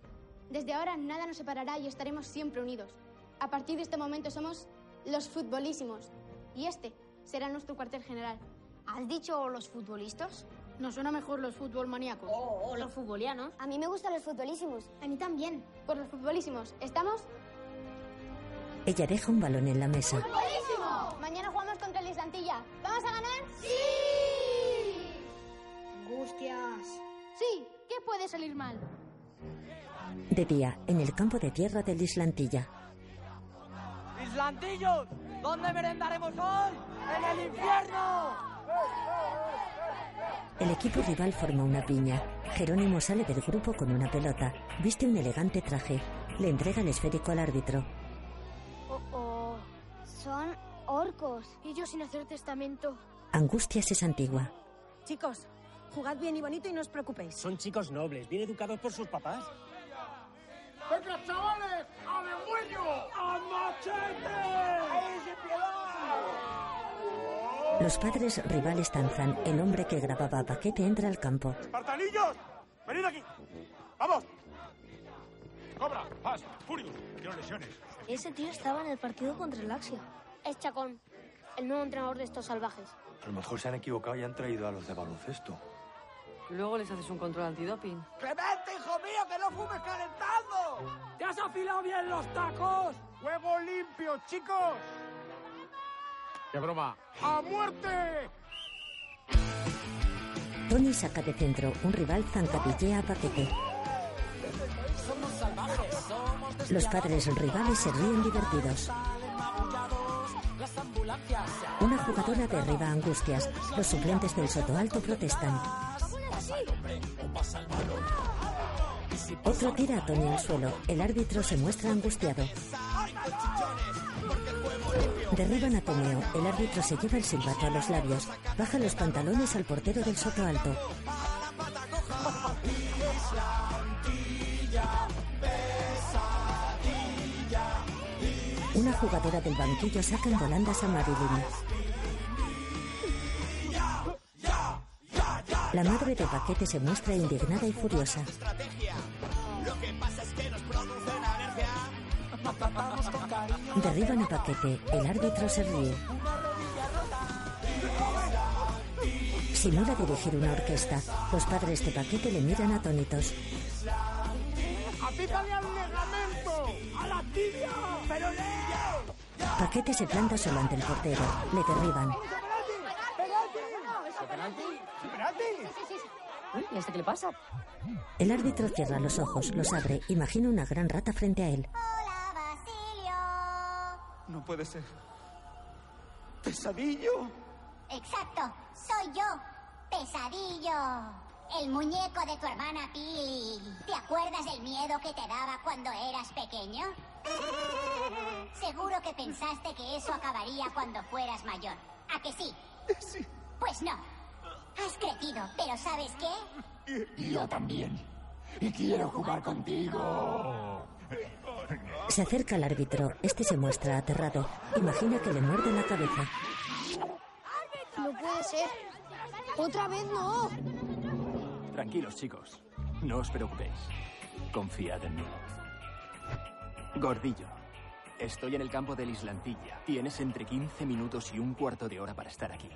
S15: Desde ahora nada nos separará y estaremos siempre unidos. A partir de este momento somos los futbolísimos. Y este será nuestro cuartel general.
S2: ¿Has dicho los futbolistas?
S15: Nos suena mejor los fútbol maníacos.
S2: O los futbolianos. A mí me gustan los futbolísimos.
S15: A mí también. Por los futbolísimos. ¿Estamos?
S1: Ella deja un balón en la mesa.
S15: ¡Futbolísimo! Mañana jugamos contra el Islantilla. ¿Vamos a ganar?
S2: ¡Sí!
S25: Angustias.
S15: Sí. ¿Qué puede salir mal?
S1: De día, en el campo de tierra del Islantilla.
S9: ¡Islantillos! ¿Dónde merendaremos hoy? ¡En el infierno!
S1: El equipo rival forma una piña. Jerónimo sale del grupo con una pelota. Viste un elegante traje. Le entrega el esférico al árbitro.
S2: Oh, oh. Son orcos. Y yo sin hacer testamento.
S1: Angustias es antigua.
S26: Chicos, jugad bien y bonito y no os preocupéis.
S21: Son chicos nobles, bien educados por sus papás.
S9: ¡Venga, chavales! ¡A demonio! ¡A machete! ¡Ey, sin piedad!
S1: Los padres rivales danzan. El hombre que grababa a Paquete entra al campo.
S9: ¡Espartanillos! ¡Venid aquí! ¡Vamos! ¡Cobra! ¡Paz! ¡Furious! ¡Quiero lesiones!
S2: Ese tío estaba en el partido contra el Axia. Es Chacón, el nuevo entrenador de estos salvajes.
S32: A lo mejor se han equivocado y han traído a los de baloncesto.
S4: Luego les haces un control antidoping.
S9: ¡Clemente, hijo mío, que no fumes calentando! ¡Te has afilado bien los tacos! ¡Huevo limpio, chicos! ¡Qué broma! ¡A muerte!
S1: Tony saca de centro. Un rival zancadillea a Paquete.
S9: Somos salvajes, somos
S1: Los padres rivales se ríen divertidos.
S9: las ambulancias.
S1: Una jugadora derriba a Angustias. Los suplentes del Soto Alto protestan.
S9: Ah,
S1: Otro tira a Tony al suelo. El árbitro se muestra angustiado. Derriban a Tomeo. El árbitro se lleva el silbato a los labios. Baja los pantalones al portero del Soto Alto. Una jugadora del banquillo saca en volandas a Marilyn. La madre de Paquete se muestra indignada y furiosa.
S9: Lo que pasa es que nos producen alergia. Nos tratamos con cariño.
S1: Derriban a Paquete. El árbitro se ríe. Simula dirigir una orquesta. Los padres de Paquete le miran atónitos.
S9: ¡Apícale al ligamento! ¡A la tibia! ¡Pero Leo!
S1: Paquete se planta solo ante el portero. Le derriban.
S9: ¡Penalti! ¡Penalti! ¡Penalti! ¡Penalti!
S33: Uy, ¿y este qué le pasa?
S1: El árbitro cierra los ojos, los abre, imagina una gran rata frente a él.
S3: Ah,
S9: No puede ser. ¡Pesadillo!
S3: Exacto, soy yo, Pesadillo. El muñeco de tu hermana Pili. ¿Te acuerdas del miedo que te daba cuando eras pequeño? Seguro que pensaste que eso acabaría cuando fueras mayor. ¿A que sí? Sí. Pues no. Has crecido, pero ¿sabes qué?
S9: Yo también. Y quiero jugar contigo.
S1: Se acerca al árbitro, este se muestra aterrado, imagina que le muerde la cabeza.
S2: No puede ser. Otra vez no.
S34: Tranquilos, chicos. No os preocupéis. Confiad en mí. Gordillo, estoy en el campo del Islandilla. Tienes entre 15 minutos y un cuarto de hora para estar aquí.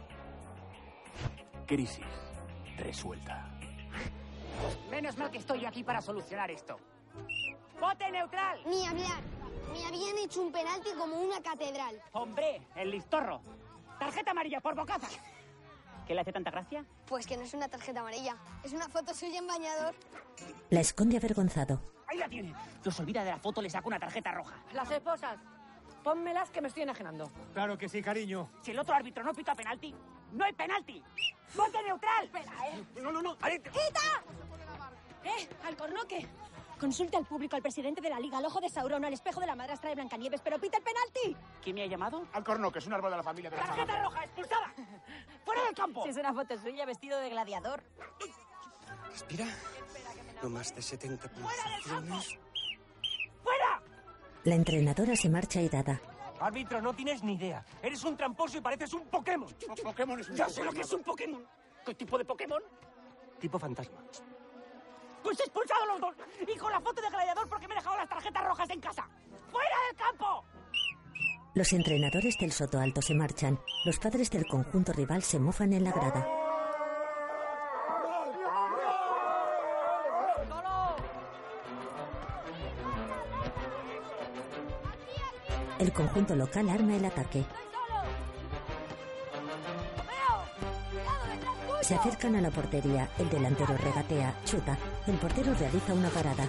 S34: Crisis resuelta.
S24: Menos mal que estoy yo aquí para solucionar esto. ¡Bote neutral!
S2: Ni hablar. Me habían hecho un penalti como una catedral.
S24: ¡Hombre, el listorro! ¡Tarjeta amarilla por bocaza! ¿Qué le hace tanta gracia?
S2: Pues que no es una tarjeta amarilla. Es una foto suya en bañador.
S1: La esconde avergonzado.
S24: ¡Ahí la tiene! Los olvida de la foto, le saco una tarjeta roja.
S33: Las esposas, pónmelas que me estoy enajenando.
S24: Claro que sí, cariño. Si el otro árbitro no pita penalti, no hay penalti. ¡Bote neutral!
S33: No, no, no.
S24: ¡Quita!
S4: ¡Eh! ¡Alcornoque! Consulta al público, al presidente de la liga, al ojo de Sauron, al espejo de la madrastra de Blancanieves, pero pita el penalti.
S24: ¿Quién me ha llamado?
S9: Al corno, que es un árbol de la familia de la
S24: ¡Tarjeta roja, expulsada! ¡Fuera del campo!
S4: Si es una foto suya vestido de gladiador.
S35: Respira. No más de 70 pulsaciones.
S24: ¡Fuera!
S1: La entrenadora se marcha irada.
S6: Árbitro, no tienes ni idea. Eres un tramposo y pareces un Pokémon. Pokémon es
S9: un
S6: Ya
S9: tipo
S6: sé lo que es un Pokémon. ¿Qué tipo de Pokémon? Tipo fantasma.
S24: ¡Pues expulsado los dos! ¡Y con la foto de gladiador porque me he dejado las tarjetas rojas en casa! ¡Fuera del campo!
S1: Los entrenadores del Soto Alto se marchan. Los padres del conjunto rival se mofan en la grada. El conjunto local arma el ataque. Se acercan a la portería. El delantero regatea, chuta. El portero realiza una parada.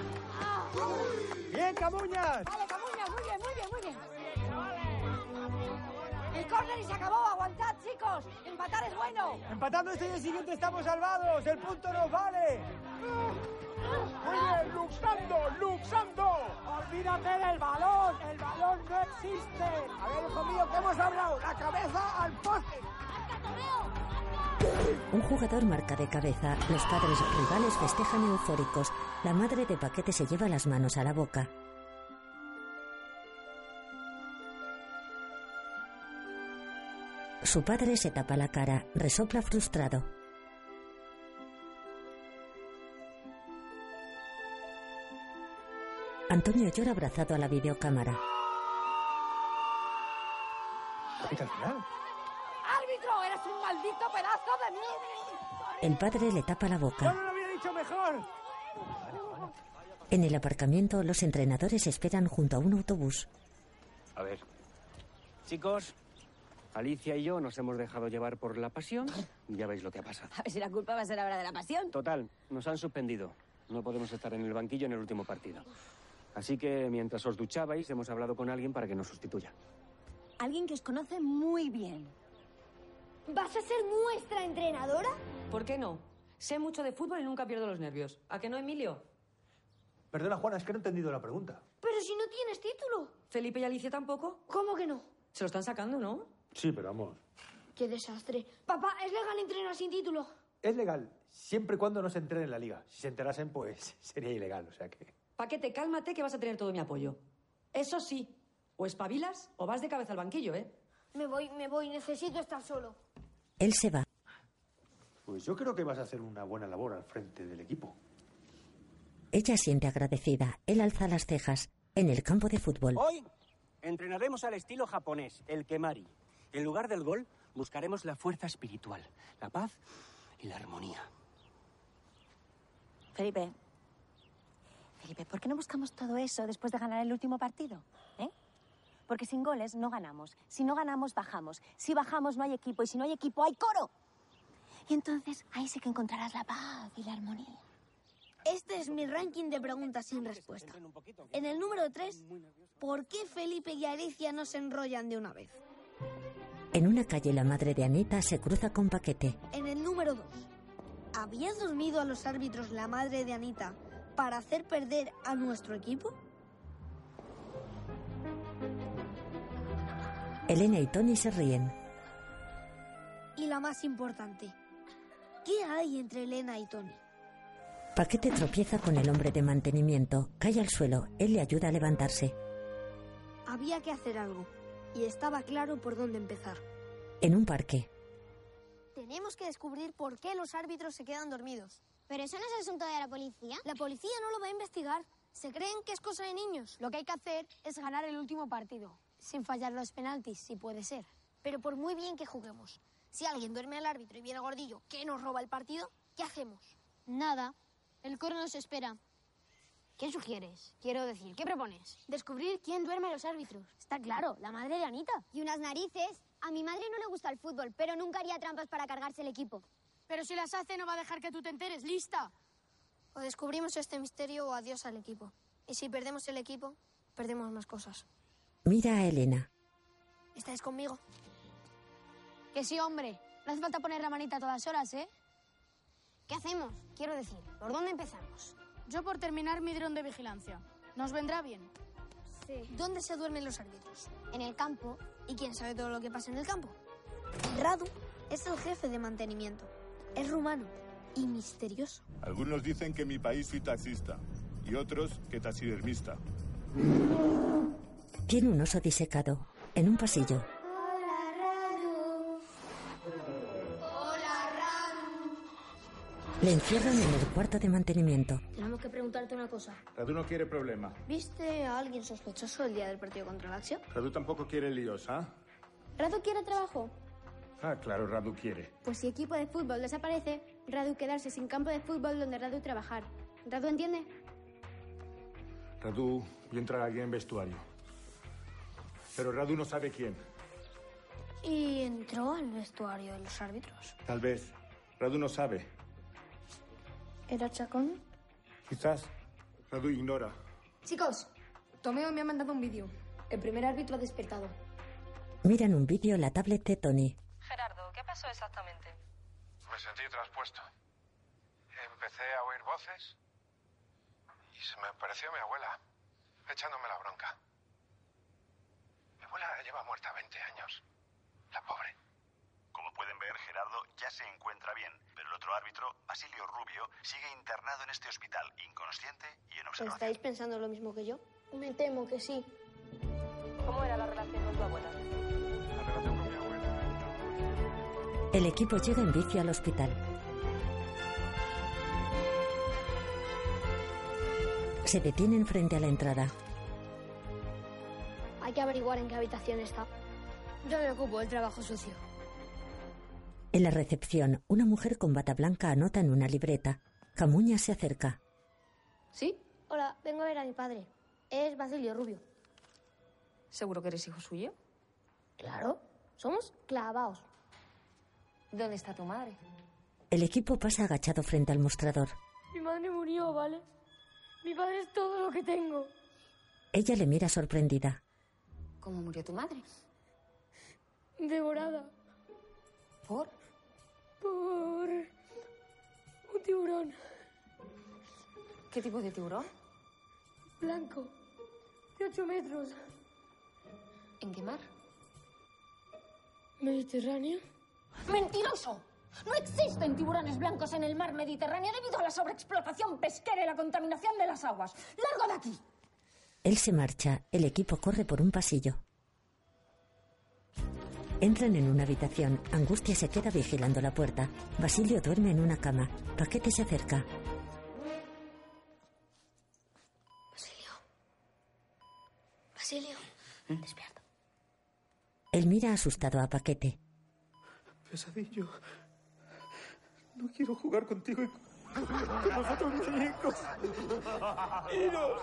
S9: ¡Bien, Camuñas!
S33: Vale, Camuñas, muy bien, muy bien, muy bien. El córner y se acabó, aguantad, chicos. Empatar es bueno.
S9: Empatando este y el siguiente estamos salvados. El punto nos vale. Muy bien, luxando, luxando. Olvídate del balón. El balón no existe. A ver, hijo mío, ¿qué hemos hablado? La cabeza al poste.
S1: Un jugador marca de cabeza. Los padres rivales festejan eufóricos. La madre de paquete se lleva las manos a la boca. Su padre se tapa la cara, resopla frustrado. Antonio llora abrazado a la videocámara.
S33: ¡Árbitro! ¡Eres un maldito pedazo de mierda!
S1: El padre le tapa la boca.
S9: No lo había dicho mejor.
S1: En el aparcamiento, los entrenadores esperan junto a un autobús.
S6: A ver. Chicos, Alicia y yo nos hemos dejado llevar por la pasión. Ya veis lo que ha pasado.
S4: A ver si la culpa va a ser ahora de la pasión.
S6: Total, nos han suspendido. No podemos estar en el banquillo en el último partido. Así que mientras os duchabais, hemos hablado con alguien para que nos sustituya.
S4: Alguien que os conoce muy bien.
S2: ¿Vas a ser nuestra entrenadora?
S36: ¿Por qué no? Sé mucho de fútbol y nunca pierdo los nervios. ¿A que no, Emilio?
S14: Perdona, Juana, es que no he entendido la pregunta.
S36: Pero si no tienes título. ¿Felipe y Alicia tampoco?
S37: ¿Cómo que no?
S36: Se lo están sacando, ¿no?
S14: Sí, pero vamos.
S37: ¡Qué desastre! Papá, es legal entrenar sin título.
S14: Es legal, siempre y cuando no se entren en la liga. Si se enterasen, pues sería ilegal, o sea que...
S36: Paquete, cálmate que vas a tener todo mi apoyo. Eso sí, o espabilas o vas de cabeza al banquillo, ¿eh?
S37: Me voy, me voy, necesito estar solo.
S1: Él se va.
S14: Pues yo creo que vas a hacer una buena labor al frente del equipo.
S1: Ella siente agradecida. Él alza las cejas. En el campo de fútbol,
S6: Hoy entrenaremos al estilo japonés, el kemari. En lugar del gol, buscaremos la fuerza espiritual, la paz y la armonía.
S4: Felipe. Felipe, ¿por qué no buscamos todo eso después de ganar el último partido? ¿Eh? Porque sin goles no ganamos. Si no ganamos, bajamos. Si bajamos, no hay equipo. Y si no hay equipo, hay coro.
S38: Y entonces ahí sí que encontrarás la paz y la armonía.
S25: Este es mi ranking de preguntas sin respuesta. En el número 3, ¿por qué Felipe y Alicia no se enrollan de una vez?
S1: En una calle la madre de Anita se cruza con Paquete.
S25: En el número 2, ¿había dormido a los árbitros la madre de Anita para hacer perder a nuestro equipo?
S1: Elena y Tony se ríen.
S25: Y la más importante, ¿qué hay entre Elena y Tony?
S1: Paquete tropieza con el hombre de mantenimiento, cae al suelo, él le ayuda a levantarse.
S25: Había que hacer algo y estaba claro por dónde empezar.
S1: En un parque,
S25: Tenemos que descubrir por qué los árbitros se quedan dormidos.
S2: Pero eso no es asunto de la policía.
S25: La policía no lo va a investigar. Se creen que es cosa de niños.
S27: Lo que hay que hacer es ganar el último partido, sin fallar los penaltis, si puede ser. Pero por muy bien que juguemos,
S2: Si alguien duerme al árbitro y viene el gordillo que nos roba el partido, ¿qué hacemos? Nada. El coro nos espera. ¿Qué sugieres? Quiero decir, ¿qué propones? Descubrir quién duerme a los árbitros. Está claro, la madre de Anita.
S6: Y unas narices. A mi madre no le gusta el fútbol, pero nunca haría trampas para cargarse el equipo.
S15: Pero si las hace no va a dejar que tú te enteres, lista.
S25: O descubrimos este misterio o adiós al equipo. Y si perdemos el equipo, perdemos más cosas.
S1: mira a Elena.
S25: ¿Estáis conmigo?
S27: Que sí, hombre. No hace falta poner la manita a todas horas, ¿eh?
S2: ¿Qué hacemos? Quiero decir, ¿por dónde empezamos?
S15: Yo por terminar mi dron de vigilancia. Nos vendrá bien.
S25: ¿Dónde se duermen los árbitros?
S2: En el campo.
S25: ¿Y quién sabe todo lo que pasa en el campo? Radu es el jefe de mantenimiento. Es rumano y misterioso.
S13: Algunos dicen que en mi país soy taxista y otros que taxidermista.
S1: Tiene un oso disecado. En un pasillo, le encierran en el cuarto de mantenimiento.
S2: Tenemos que preguntarte una cosa.
S13: Radu no quiere problema.
S2: ¿Viste a alguien sospechoso el día del partido contra la acción?
S13: Radu tampoco quiere líos, ¿ah?
S6: ¿Radu quiere trabajo?
S13: Ah, claro, Radu quiere.
S6: Pues si equipo de fútbol desaparece, Radu quedarse sin campo de fútbol donde Radu trabajar. ¿Radu entiende?
S13: Radu vio entrar a alguien en vestuario. Pero Radu no sabe quién.
S2: Y entró al vestuario de los árbitros.
S13: Tal vez. Radu no sabe.
S2: ¿Era Chacón?
S13: Quizás. Radu ignora.
S27: Chicos, Tomeo me ha mandado un vídeo. El primer árbitro ha despertado.
S1: Miran un vídeo en la tablet de Tony.
S20: Gerardo, ¿qué pasó exactamente?
S24: Me sentí traspuesto. Empecé a oír voces y se me apareció mi abuela, echándome la bronca. Mi abuela lleva muerta 20 años. La pobre.
S39: Como pueden ver, Gerardo ya se encuentra bien, pero el otro árbitro, Basilio Rubio, sigue internado en este hospital, inconsciente y en observación.
S2: ¿Estáis pensando lo mismo que yo? Me temo que sí.
S20: ¿Cómo era la relación con tu abuela?
S1: El equipo llega en bici al hospital. Se detienen frente a la entrada.
S2: Hay que averiguar en qué habitación está. Yo me ocupo del trabajo sucio.
S1: En la recepción, una mujer con bata blanca anota en una libreta. Camuña se acerca.
S2: ¿Sí? Hola, vengo a ver a mi padre. Es Basilio Rubio.
S20: ¿Seguro que eres hijo suyo?
S2: Claro, somos clavados.
S20: ¿Dónde está tu madre?
S1: El equipo pasa agachado frente al mostrador.
S2: Mi madre murió, ¿vale? Mi padre es todo lo que tengo.
S1: Ella le mira sorprendida.
S20: ¿Cómo murió tu madre?
S2: Devorada.
S20: ¿Por?
S2: Por... un tiburón
S20: ¿Qué tipo de tiburón?
S2: blanco. De ocho metros.
S20: ¿En qué mar?
S2: Mediterráneo.
S18: ¡Mentiroso! No existen tiburones blancos en el mar Mediterráneo debido a la sobreexplotación pesquera y la contaminación de las aguas. ¡Largo de aquí!
S1: Él se marcha, el equipo corre por un pasillo. Entran en una habitación, Angustia se queda vigilando la puerta, Basilio duerme en una cama, Paquete se acerca.
S2: Basilio, despierta.
S1: Él mira asustado a Paquete.
S9: Pesadillo. No quiero jugar contigo y con con los otros muñecos. ¡Iros!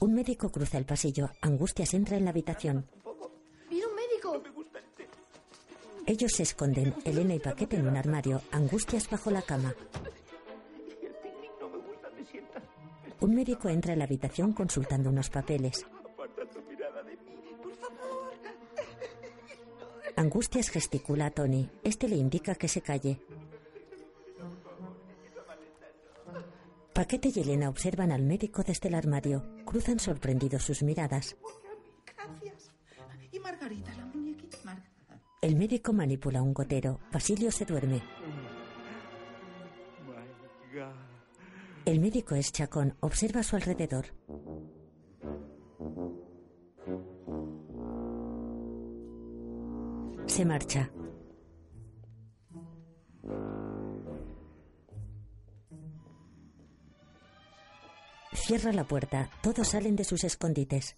S1: Un médico cruza el pasillo, Angustias entra en la habitación.
S2: ¡Viene un médico!
S1: Ellos se esconden, Elena y Paquete en un armario, Angustias bajo la cama. Un médico entra en la habitación consultando unos papeles.
S9: Aparta tu mirada de mí, por favor.
S1: Angustias gesticula a Tony. Este le indica que se calle. Paquete y Elena observan al médico desde el armario. Cruzan sorprendidos sus miradas.
S32: Gracias. Y Margarita, la muñequita Margarita.
S1: El médico manipula un gotero. Basilio se duerme.
S9: My God.
S1: El médico es chacón. Observa a su alrededor. Se marcha. Cierra la puerta. Todos salen de sus escondites.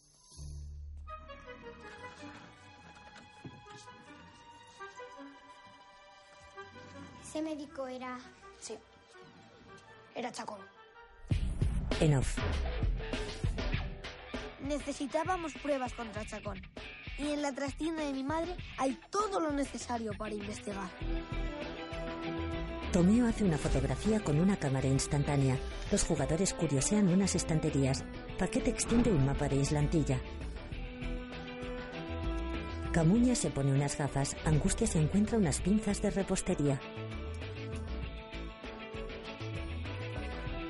S2: Ese médico era... Sí.
S25: Era Chacón.
S1: En off.
S25: Necesitábamos pruebas contra Chacón. Y en la trastienda de mi madre hay todo lo necesario para investigar.
S1: Tomeo hace una fotografía con una cámara instantánea. Los jugadores curiosean unas estanterías. Paquete extiende un mapa de Islantilla. Camuña se pone unas gafas. Angustia se encuentra unas pinzas de repostería.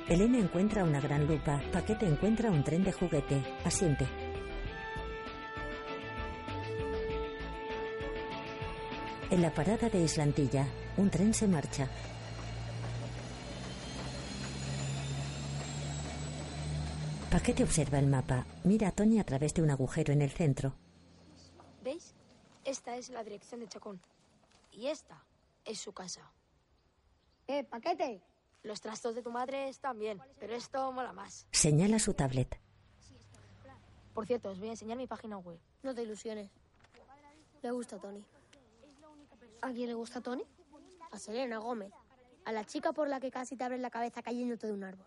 S1: Elena encuentra una gran lupa. Paquete encuentra un tren de juguete. Asiente. En la parada de Islantilla, un tren se marcha. Paquete observa el mapa. Mira a Tony a través de un agujero en el centro.
S27: ¿Veis? Esta es la dirección de Chacón. Y esta es su casa.
S2: ¡Eh, paquete!
S27: Los trastos de tu madre están bien, pero esto mola más.
S1: Señala su tablet.
S27: Por cierto, os voy a enseñar mi página web.
S2: No te ilusiones. Le gusta Tony. ¿A quién le gusta Tony? A Selena Gómez. A la chica por la que casi te abres la cabeza cayéndote de un árbol.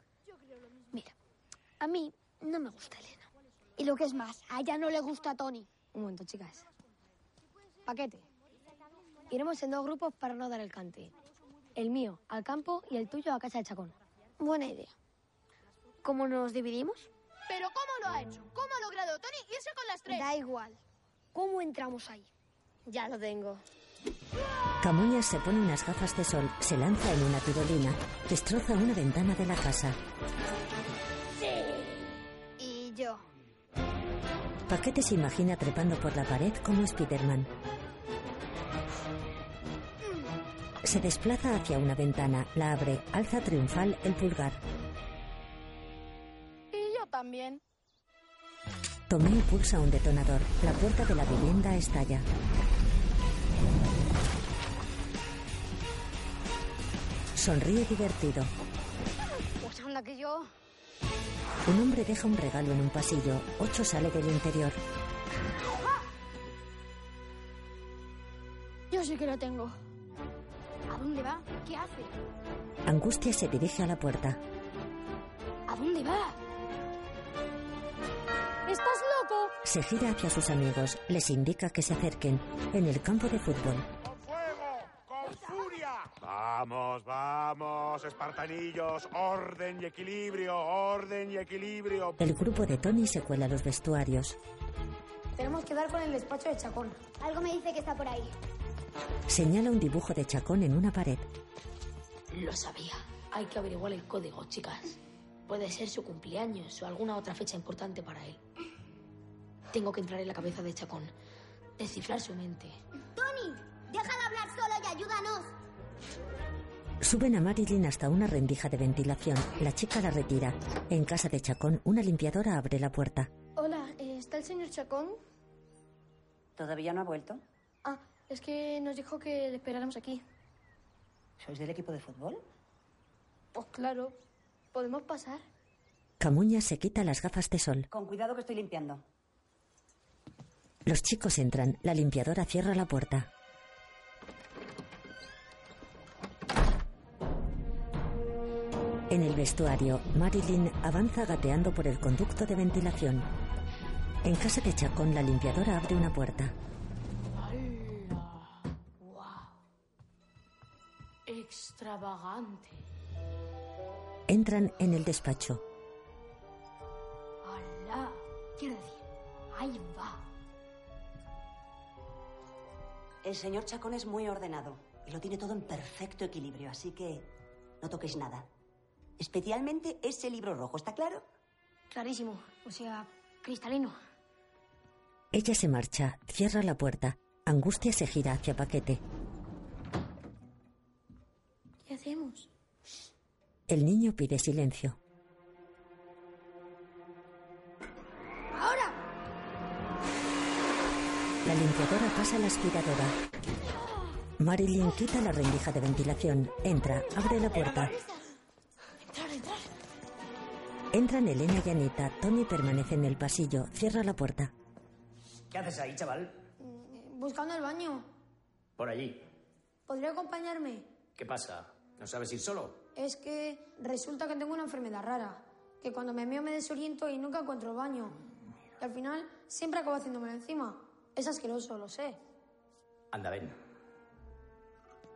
S2: Mira, a mí no me gusta Elena. Y lo que es más, a ella no le gusta Tony.
S20: Un momento, chicas.
S2: Paquete. Iremos en dos grupos para no dar el cante. El mío al campo y el tuyo a casa de Chacón. Buena idea. ¿Cómo nos dividimos?
S6: ¿Pero cómo lo ha hecho? ¿Cómo ha logrado Tony irse con las tres?
S2: Da igual. ¿Cómo entramos ahí? Ya lo tengo.
S1: Camuñas se pone unas gafas de sol, se lanza en una tirolina, destroza una ventana de la casa.
S2: Y yo.
S1: Paquete se imagina trepando por la pared como Spiderman. Se desplaza hacia una ventana, la abre, alza triunfal el pulgar.
S15: Y yo también.
S1: Tomeo pulsa un detonador. La puerta de la vivienda estalla. Sonríe divertido.
S2: Pues anda que yo...
S1: Un hombre deja un regalo en un pasillo. Ocho sale del interior.
S15: Yo sí que lo tengo.
S2: ¿A dónde va? ¿Qué hace?
S1: Angustia se dirige a la puerta.
S2: ¿A dónde va?
S15: ¿Estás loco?
S1: Se gira hacia sus amigos. Les indica que se acerquen. En el campo de fútbol,
S7: Vamos, vamos, espartanillos, orden y equilibrio, orden y equilibrio.
S1: el grupo de Tony se cuela a los vestuarios.
S2: Tenemos que dar con el despacho de Chacón. Algo me dice que está por ahí.
S1: Señala un dibujo de Chacón en una pared.
S27: Lo sabía. Hay que averiguar el código, chicas. Puede ser su cumpleaños o alguna otra fecha importante para él. Tengo que entrar en la cabeza de Chacón, descifrar su mente.
S3: ¡Tony! ¡Deja de hablar solo y ayúdanos!
S1: Suben a Marilyn hasta una rendija de ventilación. La chica la retira. En casa de Chacón, una limpiadora abre la puerta.
S6: Hola, eh, ¿está el señor Chacón?
S4: ¿Todavía no ha vuelto?
S6: Ah, es que nos dijo que le esperáramos aquí.
S4: ¿Sois del equipo de fútbol?
S6: Pues claro, ¿podemos pasar?
S1: Camuña se quita las gafas de sol.
S4: Con cuidado que estoy limpiando.
S1: Los chicos entran. La limpiadora cierra la puerta. En el vestuario, Marilyn avanza gateando por el conducto de ventilación. En casa de Chacón, la limpiadora abre una puerta.
S27: Extravagante.
S1: Entran en el despacho.
S27: ¡Alá! Quiero decir, ahí va.
S23: El señor Chacón es muy ordenado y lo tiene todo en perfecto equilibrio, así que no toquéis nada. Especialmente ese libro rojo, ¿está claro?
S2: Clarísimo, o sea, cristalino.
S1: Ella se marcha, cierra la puerta. Angustia se gira hacia Paquete.
S2: ¿Qué hacemos?
S1: El niño pide silencio.
S25: ¡Ahora!
S1: La limpiadora pasa la aspiradora. Marilyn quita la rendija de ventilación, entra, abre la puerta.
S2: Entrar, entrar.
S1: Entran Elena y Anita. Tony permanece en el pasillo, cierra la puerta.
S40: ¿Qué haces ahí, chaval?
S25: Buscando el baño.
S40: Por allí.
S25: ¿Podría acompañarme?
S40: ¿Qué pasa? ¿No sabes ir solo?
S25: Es que resulta que tengo una enfermedad rara. Que cuando me meo me desoriento y nunca encuentro el baño. Y al final siempre acabo haciéndomelo encima. Es asqueroso, lo sé.
S40: Anda, ven.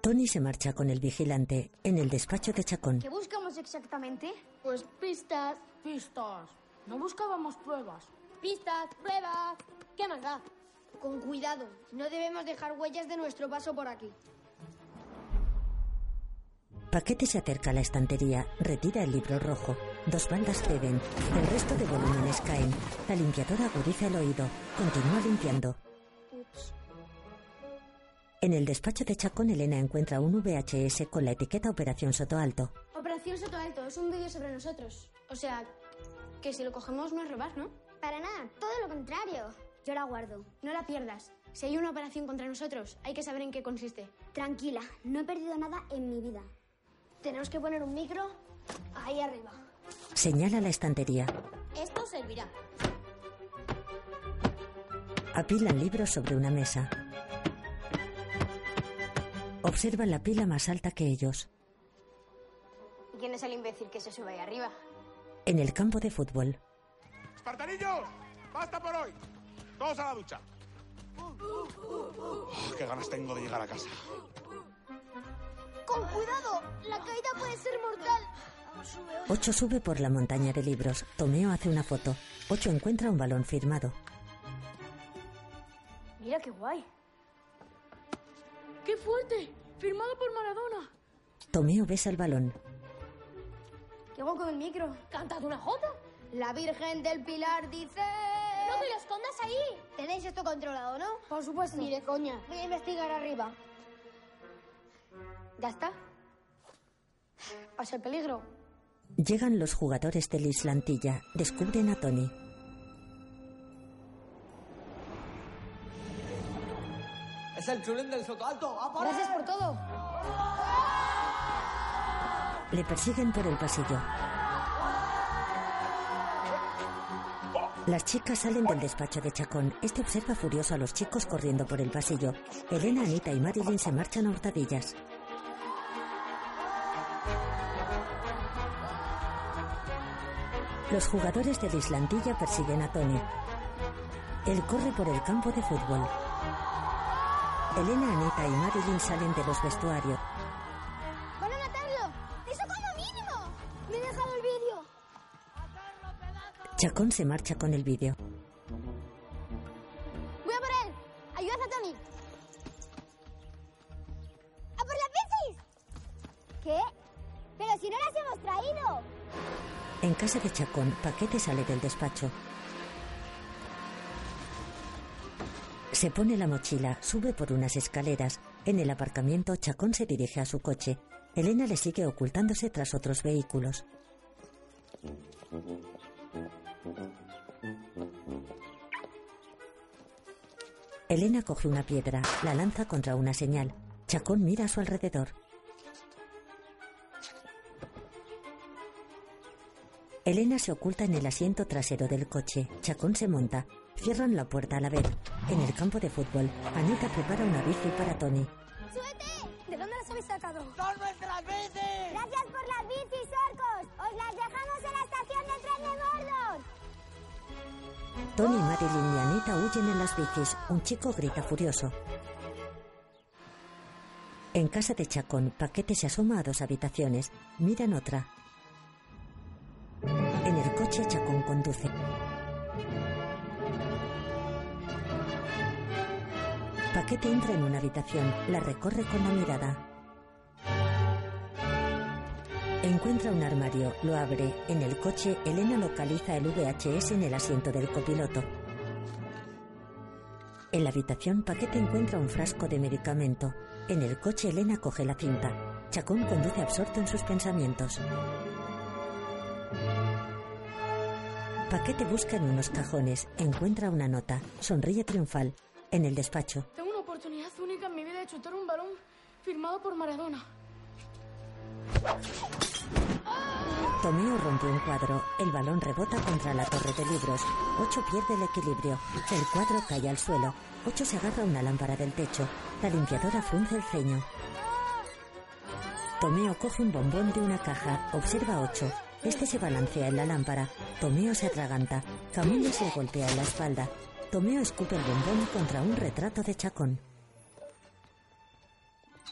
S1: Tony se marcha con el vigilante en el despacho de Chacón.
S2: ¿Qué buscamos exactamente?
S15: Pues pistas.
S27: Pistas. No buscábamos pruebas.
S2: Pistas, pruebas. ¿Qué más da? Con cuidado, no debemos dejar huellas de nuestro paso por aquí.
S1: Paquete se acerca a la estantería, retira el libro rojo. Dos bandas ceden, el resto de volúmenes caen. La limpiadora agudiza el oído, continúa limpiando. En el despacho de Chacón, Elena encuentra un VHS con la etiqueta Operación Soto Alto.
S6: Operación Soto Alto es un vídeo sobre nosotros. O sea, que si lo cogemos no es robar, ¿no?
S2: Para nada, todo lo contrario.
S6: Yo la guardo. No la pierdas. Si hay una operación contra nosotros, hay que saber en qué consiste.
S2: Tranquila, no he perdido nada en mi vida. Tenemos que poner un micro ahí arriba.
S1: Señala la estantería.
S2: Esto servirá.
S1: Apilan libros sobre una mesa. Observan la pila más alta que ellos.
S2: ¿Y quién es el imbécil que se sube ahí arriba?
S1: En el campo de fútbol,
S7: ¡Espartanillos! ¡Basta por hoy! ¡Todos a la ducha! Oh, ¡Qué ganas tengo de llegar a casa!
S2: Con cuidado, la caída puede ser mortal.
S1: Ocho sube por la montaña de libros. Tomeo hace una foto. Ocho encuentra un balón firmado.
S27: Mira qué guay. ¡Qué fuerte! Firmado por Maradona.
S1: Tomeo besa el balón.
S2: ¿Qué hago con el micro?
S38: ¿Cantas una jota?
S2: La Virgen del Pilar dice...
S38: ¡No te lo escondas ahí!
S2: ¿Tenéis esto controlado, no?
S6: Por supuesto.
S2: Ni de coña. Voy a investigar arriba. ¿Ya está? Pasa el peligro.
S1: Llegan los jugadores de la islantilla. Descubren a Tony.
S9: Es el chulín del Soto Alto. ¡A por él!
S2: Gracias por todo.
S1: Le persiguen por el pasillo. Las chicas salen del despacho de Chacón. Este observa furioso a los chicos corriendo por el pasillo. Elena, Anita y Marilyn se marchan a hurtadillas. Los jugadores de la Islandilla persiguen a Tony. Él corre por el campo de fútbol. Elena, Anita y Marilyn salen de los vestuarios.
S2: ¡Van a matarlo! ¡Eso como mínimo! ¡Me he dejado el vídeo!
S1: Chacón se marcha con el vídeo.
S2: ¡Voy a por él! ¡Ayudad a Tony! ¡A por las bicis! ¿Qué? Pero si no las hemos traído.
S1: En casa de Chacón, Paquete sale del despacho. Se pone la mochila, sube por unas escaleras. En el aparcamiento, Chacón se dirige a su coche. Elena le sigue ocultándose tras otros vehículos. Elena coge una piedra, la lanza contra una señal. Chacón mira a su alrededor. Elena se oculta en el asiento trasero del coche. Chacón se monta. Cierran la puerta a la vez. En el campo de fútbol, Anita prepara una bici para Tony.
S2: ¡Súbete! ¿De dónde las habéis sacado?
S9: ¡Son nuestras bicis!
S2: Gracias por las bicis, orcos. Os las dejamos en la estación de tren de Mordor.
S1: Tony, Marilyn y Anita huyen en las bicis. Un chico grita furioso. En casa de Chacón, Paquete se asoma a dos habitaciones. Miran otra. En el coche, Chacón conduce. Paquete entra en una habitación, la recorre con la mirada. Encuentra un armario, lo abre. En el coche, Elena localiza el VHS en el asiento del copiloto. En la habitación, Paquete encuentra un frasco de medicamento. En el coche, Elena coge la cinta. Chacón conduce absorto en sus pensamientos. Paquete busca en unos cajones, encuentra una nota, sonríe triunfal. En el despacho,
S2: Tengo una oportunidad única en mi vida de chutar un balón firmado por Maradona.
S1: Tomeo rompe un cuadro, el balón rebota contra la torre de libros, Ocho pierde el equilibrio, el cuadro cae al suelo, Ocho se agarra a una lámpara del techo, la limpiadora frunce el ceño. Tomeo coge un bombón de una caja, observa a Ocho, este se balancea en la lámpara, Tomeo se atraganta, Camillas le golpea en la espalda, Tomeo escupe el bombón contra un retrato de Chacón.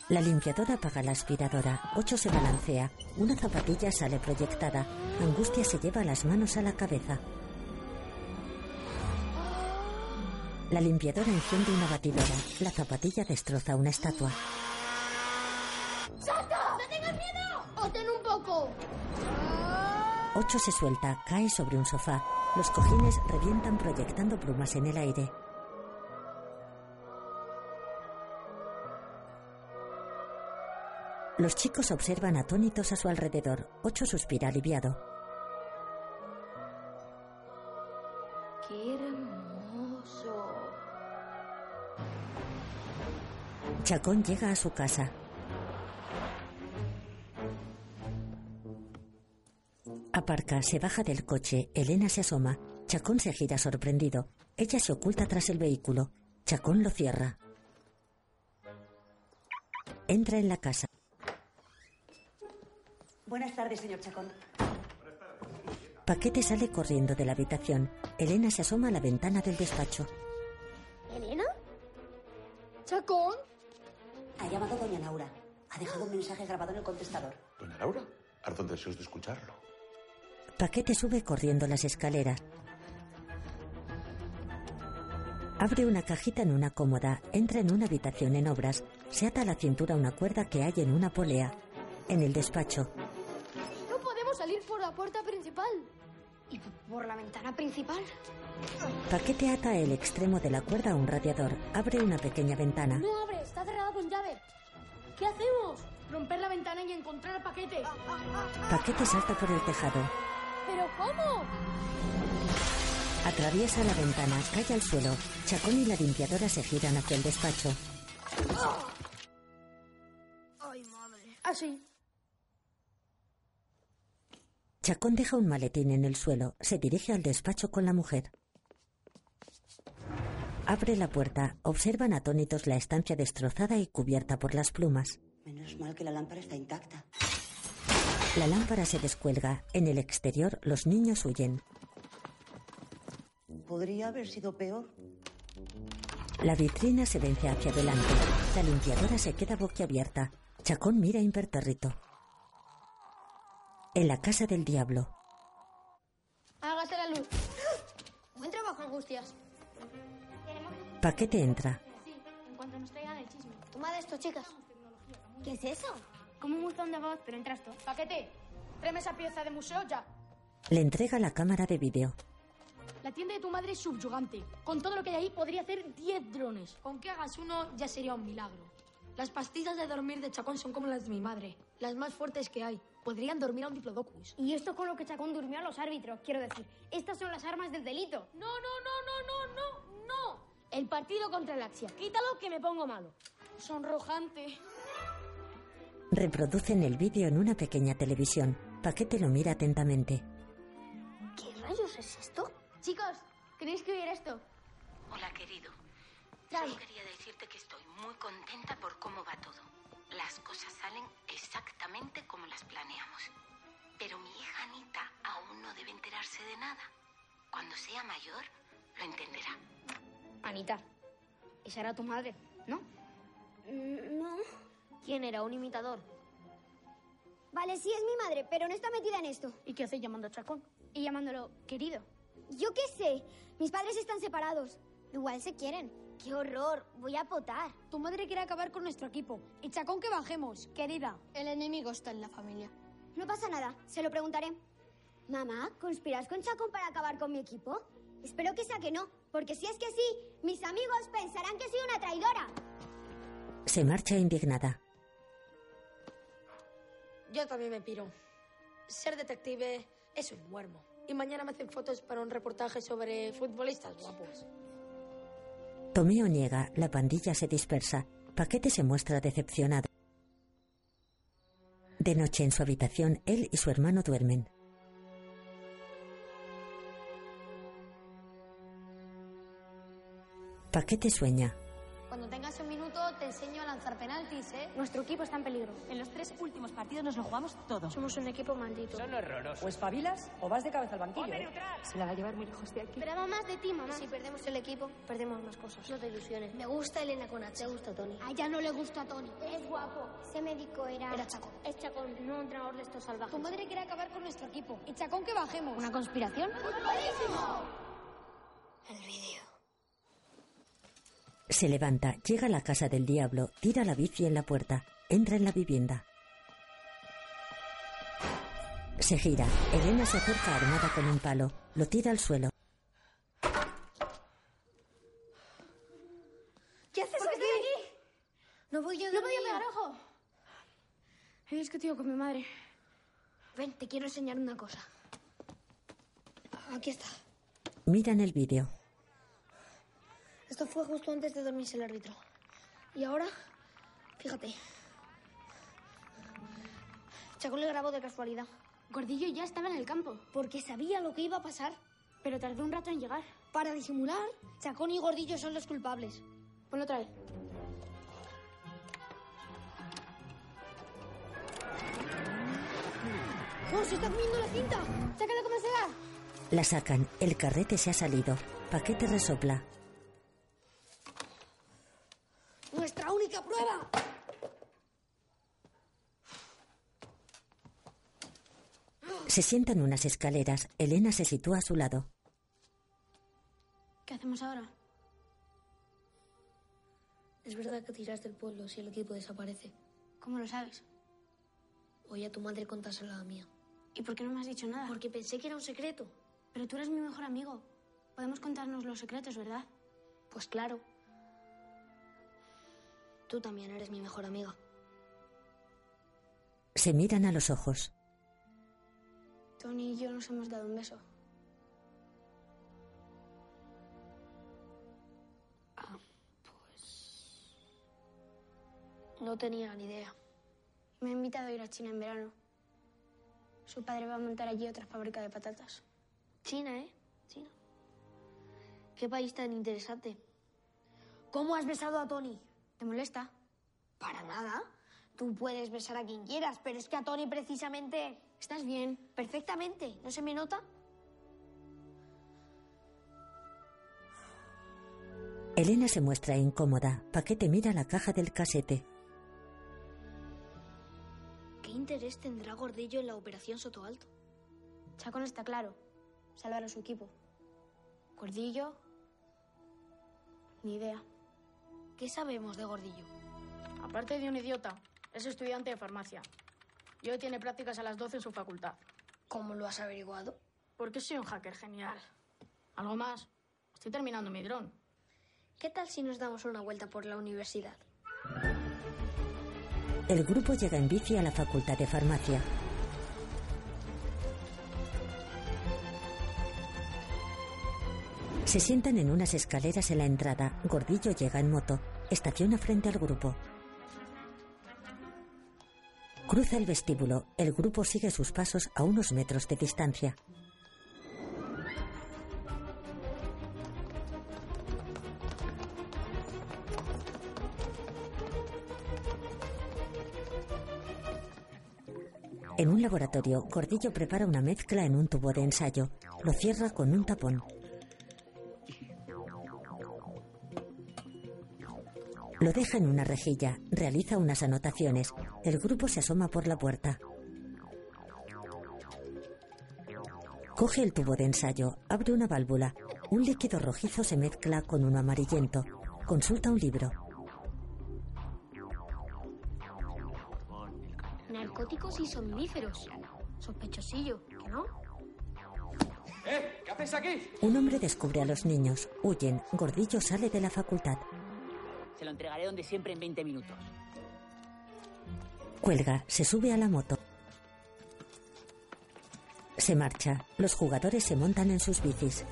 S1: La limpiadora apaga la aspiradora. Ocho se balancea. Una zapatilla sale proyectada. Angustia se lleva las manos a la cabeza. La limpiadora enciende una batidora. La zapatilla destroza una estatua.
S2: ¡Salta! ¡No tengas miedo! ¡O ten un poco!
S1: Ocho se suelta, cae sobre un sofá. Los cojines revientan proyectando plumas en el aire. Los chicos observan atónitos a su alrededor. Ocho suspira aliviado.
S9: ¡Qué hermoso!
S1: Chacón llega a su casa. Aparca, se baja del coche. Elena se asoma. Chacón se gira sorprendido. Ella se oculta tras el vehículo. Chacón lo cierra. Entra en la casa.
S24: Buenas tardes, señor Chacón.
S1: Paquete sale corriendo de la habitación. Elena se asoma a la ventana del despacho.
S41: ¿Elena?
S2: ¿Chacón?
S24: Ha llamado doña Laura. Ha dejado un mensaje grabado en el contestador.
S7: Doña Laura, ardón deseos de escucharlo.
S1: Paquete sube corriendo las escaleras. Abre una cajita en una cómoda, entra en una habitación en obras, se ata a la cintura una cuerda que hay en una polea. En el despacho,
S2: No podemos salir por la puerta principal.
S41: ¿Y p- por la ventana principal?
S1: Paquete ata el extremo de la cuerda a un radiador, abre una pequeña ventana.
S2: No abre, está cerrada con llave. ¿Qué hacemos? Romper la ventana y encontrar el paquete.
S1: Paquete salta por el tejado,
S2: ¿Pero cómo?
S1: atraviesa la ventana, cae al suelo. Chacón y la limpiadora se giran hacia el despacho.
S2: Ay, madre. Así.
S1: Chacón deja un maletín en el suelo, se dirige al despacho con la mujer. Abre la puerta, observan atónitos la estancia destrozada y cubierta por las plumas.
S24: Menos mal que la lámpara está intacta.
S1: La lámpara se descuelga, en el exterior los niños huyen.
S24: Podría haber sido peor.
S1: La vitrina se vence hacia adelante, la limpiadora se queda boquiabierta. Chacón mira impertérrito. En la casa del diablo.
S41: Hágase la luz. Buen trabajo, Angustias.
S1: Paquete entra.
S41: En cuanto nos traigan el chisme. Toma de esto, chicas. ¿Qué es eso? Como un buzón de voz, pero en trasto.
S2: Paquete, tráeme esa pieza de museo ya.
S1: Le entrega la cámara de vídeo.
S2: La tienda de tu madre es subyugante. Con todo lo que hay ahí podría hacer 10 drones.
S9: Con que hagas uno ya sería un milagro. Las pastillas de dormir de Chacón son como las de mi madre, las más fuertes que hay. Podrían dormir a un diplodocus.
S42: Y esto con lo que Chacón durmió a los árbitros, quiero decir. Estas son las armas del delito.
S2: No, no, no, no, no, no, no. El partido contra el Axia. Quítalo que me pongo malo. Sonrojante.
S1: Reproducen el vídeo en una pequeña televisión. Paquete lo mira atentamente.
S41: ¿Qué rayos es esto?
S42: Chicos, ¿queréis que hubiera esto?
S13: Hola, querido. Solo quería decirte que estoy muy contenta por cómo va todo. Las cosas salen exactamente como las planeamos. Pero mi hija Anita aún no debe enterarse de nada. Cuando sea mayor, lo entenderá.
S6: Mm,
S42: Anita, esa era tu madre, ¿no? No.
S2: ¿Quién era? ¿Un imitador?
S6: Vale, sí es mi madre, pero no está metida en esto.
S15: ¿Y qué hace llamando a Chacón?
S6: Y llamándolo querido. Yo qué sé. Mis padres están separados. Igual se quieren. ¡Qué horror! Voy a potar.
S15: Tu madre quiere acabar con nuestro equipo. Y Chacón que bajemos, querida.
S2: El enemigo está en la familia.
S6: No pasa nada, se lo preguntaré. Mamá, ¿conspiras con Chacón para acabar con mi equipo? Espero que sea que no, porque si es que sí, mis amigos pensarán que soy una traidora.
S1: Se marcha indignada.
S27: Yo también me piro. Ser detective es un muermo. Y mañana me hacen fotos para un reportaje sobre futbolistas guapos.
S1: Tomeo niega, la pandilla se dispersa. Paquete se muestra decepcionado. De noche en su habitación, él y su hermano duermen. Paquete sueña.
S2: Cuando tengas un minuto te enseño a lanzar penaltis, ¿eh?
S15: Nuestro equipo está en peligro.
S13: En los tres últimos partidos nos lo jugamos todo.
S2: Somos un equipo maldito.
S13: Son horrorosos.
S4: O espabilas o vas de cabeza al banquillo.
S13: ¡Ponte
S4: ¿eh?
S13: neutral!
S4: Se la va a llevar muy lejos de aquí.
S2: Esperaba más de ti, mamá.
S27: Si perdemos el equipo, perdemos más cosas.
S2: No te ilusiones. Me gusta Elena con H. Me gusta Tony.
S6: A ella no le gusta a Tony.
S2: Es guapo.
S6: Ese médico era...
S2: Era Chacón.
S6: Es Chacón, no un entrenador de estos salvajes.
S15: Tu madre quiere acabar con nuestro equipo. Y Chacón que bajemos.
S2: ¿Una conspiración?
S6: ¡Buenísimo!
S27: El vídeo.
S1: Se levanta, llega a la casa del diablo, tira la bici en la puerta, entra en la vivienda. Se gira. Elena se acerca armada con un palo, lo tira al suelo.
S38: ¿Qué haces aquí?
S2: No voy a
S15: ¡No
S2: dormir.
S15: voy a pegar ojo! He discutido con mi madre.
S2: Ven, te quiero enseñar una cosa. Aquí está.
S1: Miran el vídeo.
S2: Esto fue justo antes de dormirse el árbitro. Y ahora, fíjate. Chacón le grabó de casualidad.
S15: Gordillo ya estaba en el campo.
S2: Porque sabía lo que iba a pasar.
S15: Pero tardó un rato en llegar.
S2: Para disimular, Chacón y Gordillo son los culpables.
S15: Ponlo otra vez.
S2: ¡Oh, se está comiendo la cinta! ¡Sácala como sea!
S1: La sacan. El carrete se ha salido. Paquete resopla.
S2: ¡Nuestra única prueba!
S1: Se sientan unas escaleras. Elena se sitúa a su lado.
S15: ¿Qué hacemos ahora?
S2: Es verdad que tiras del pueblo si el equipo desaparece.
S15: ¿Cómo lo sabes?
S2: Oye, a tu madre contásela a la mía.
S15: ¿Y por qué no me has dicho nada?
S2: Porque pensé que era un secreto.
S15: Pero tú eres mi mejor amigo. Podemos contarnos los secretos, ¿verdad?
S2: Pues claro. Tú también eres mi mejor amiga.
S1: Se miran a los ojos.
S15: Tony y yo nos hemos dado un beso.
S2: Ah, pues... No tenía ni idea.
S15: Me ha invitado a ir a China en verano. Su padre va a montar allí otra fábrica de patatas.
S2: China, ¿eh? China. Qué país tan interesante. ¿Cómo has besado a Tony?
S15: ¿Te molesta?
S2: Para nada. Tú puedes besar a quien quieras, pero es que a Tony precisamente...
S15: ¿Estás bien?
S2: Perfectamente. ¿No se me nota?
S1: Elena se muestra incómoda. Paquete mira la caja del casete.
S2: ¿Qué interés tendrá Gordillo en la operación Soto Alto?
S15: Chacón está claro. Salvar a su equipo. Gordillo. Ni idea.
S2: ¿Qué sabemos de Gordillo?
S21: Aparte de un idiota, es estudiante de farmacia. Y hoy tiene prácticas a las 12 en su facultad.
S2: ¿Cómo lo has averiguado?
S21: Porque soy un hacker genial. ¿Algo más? Estoy terminando mi dron.
S2: ¿Qué tal si nos damos una vuelta por la universidad?
S1: El grupo llega en bici a la facultad de farmacia. Se sientan en unas escaleras en la entrada. Gordillo llega en moto. Estaciona frente al grupo. Cruza el vestíbulo. El grupo sigue sus pasos a unos metros de distancia. En un laboratorio, Gordillo prepara una mezcla en un tubo de ensayo. Lo cierra con un tapón. Lo deja en una rejilla, realiza unas anotaciones. El grupo se asoma por la puerta. Coge el tubo de ensayo, abre una válvula. Un líquido rojizo se mezcla con uno amarillento. Consulta un libro.
S27: Narcóticos y somníferos. Sospechosillo, ¿que no?
S7: ¿Eh? ¿Qué hacéis aquí?
S1: Un hombre descubre a los niños. Huyen. Gordillo sale de la facultad.
S24: Se lo entregaré donde siempre en 20 minutos.
S1: Cuelga, se sube a la moto. Se marcha. Los jugadores se montan en sus bicis.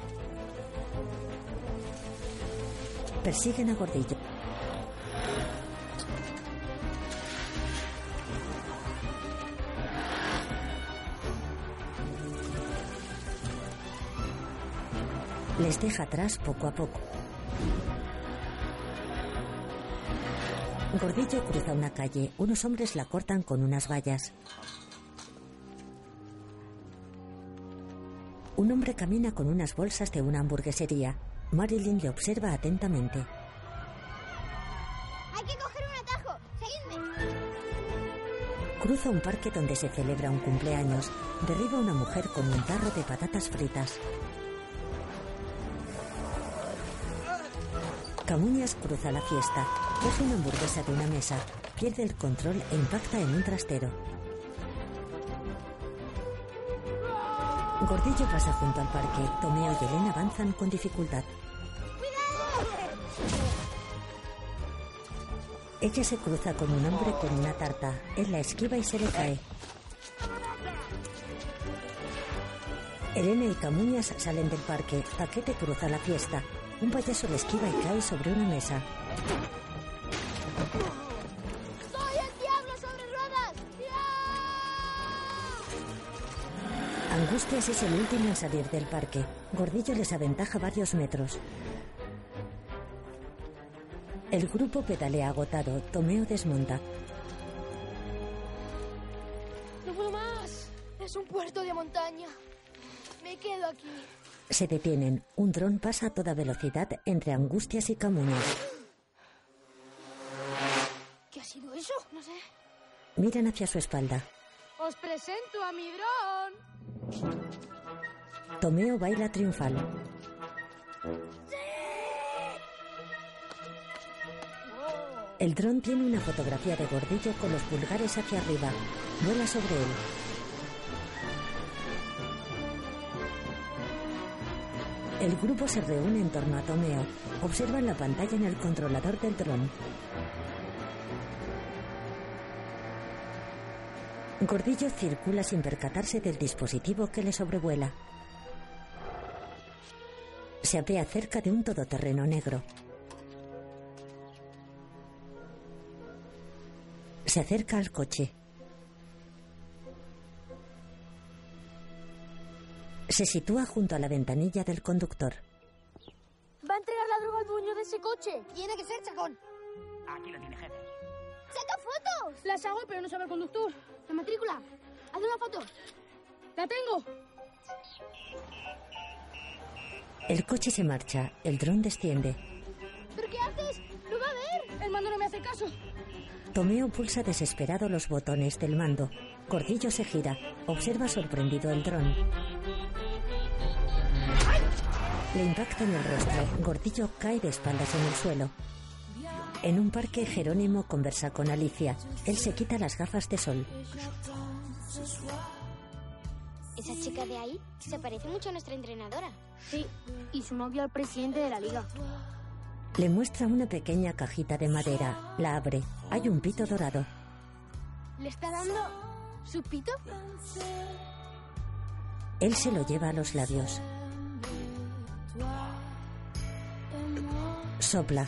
S1: Persiguen a Gordillo. Les deja atrás poco a poco. Gordillo cruza una calle. Unos hombres la cortan con unas vallas. Un hombre camina con unas bolsas de una hamburguesería. Marilyn le observa atentamente.
S6: ¡Hay que coger un atajo! ¡Seguidme!
S1: Cruza un parque donde se celebra un cumpleaños. Derriba a una mujer con un tarro de patatas fritas. Camuñas cruza la fiesta. Coge una hamburguesa de una mesa. Pierde el control e impacta en un trastero. Gordillo pasa junto al parque. Tomeo y Elena avanzan con dificultad. Ella se cruza con un hombre con una tarta. Él la esquiva y se le cae. Elena y Camuñas salen del parque. Paquete cruza la fiesta. Un payaso le esquiva y cae sobre una mesa.
S6: ¡Soy el diablo sobre ruedas!
S1: Angustias es el último en salir del parque. Gordillo les aventaja varios metros. El grupo pedalea agotado. Tomeo desmonta.
S15: ¡No puedo más! Es un puerto de montaña. Me quedo aquí.
S1: Se detienen. Un dron pasa a toda velocidad entre Angustias y Camuñas.
S15: ¿Qué ha sido eso? No sé.
S1: Miran hacia su espalda.
S15: Os presento a mi dron.
S1: Tomeo baila triunfal. El dron tiene una fotografía de Gordillo con los pulgares hacia arriba. Vuela sobre él. El grupo se reúne en torno a Tomeo. Observan la pantalla en el controlador del dron. Gordillo circula sin percatarse del dispositivo que le sobrevuela. Se apea cerca de un todoterreno negro. Se acerca al coche. Se sitúa junto a la ventanilla del conductor.
S15: Va a entregar la droga al dueño de ese coche.
S2: Tiene que ser chacón.
S24: Aquí lo tiene, jefe.
S2: ¡Saca fotos!
S15: Las hago, pero no sabe el conductor.
S2: La matrícula. Haz una foto.
S15: ¡La tengo!
S1: El coche se marcha. El dron desciende.
S15: ¿Pero qué haces? ¡Lo va a ver! El mando no me hace caso.
S1: Tomeo pulsa desesperado los botones del mando. Gordillo se gira. Observa sorprendido el dron. Le impacta en el rostro. Gordillo cae de espaldas en el suelo. En un parque, Jerónimo conversa con Alicia. Él se quita las gafas de sol.
S2: Esa chica de ahí se parece mucho a nuestra entrenadora.
S15: Sí, y su novio al presidente de la liga.
S1: Le muestra una pequeña cajita de madera. La abre. Hay un pito dorado.
S15: ¿Le está dando su pito?
S1: Él se lo lleva a los labios. Sopla.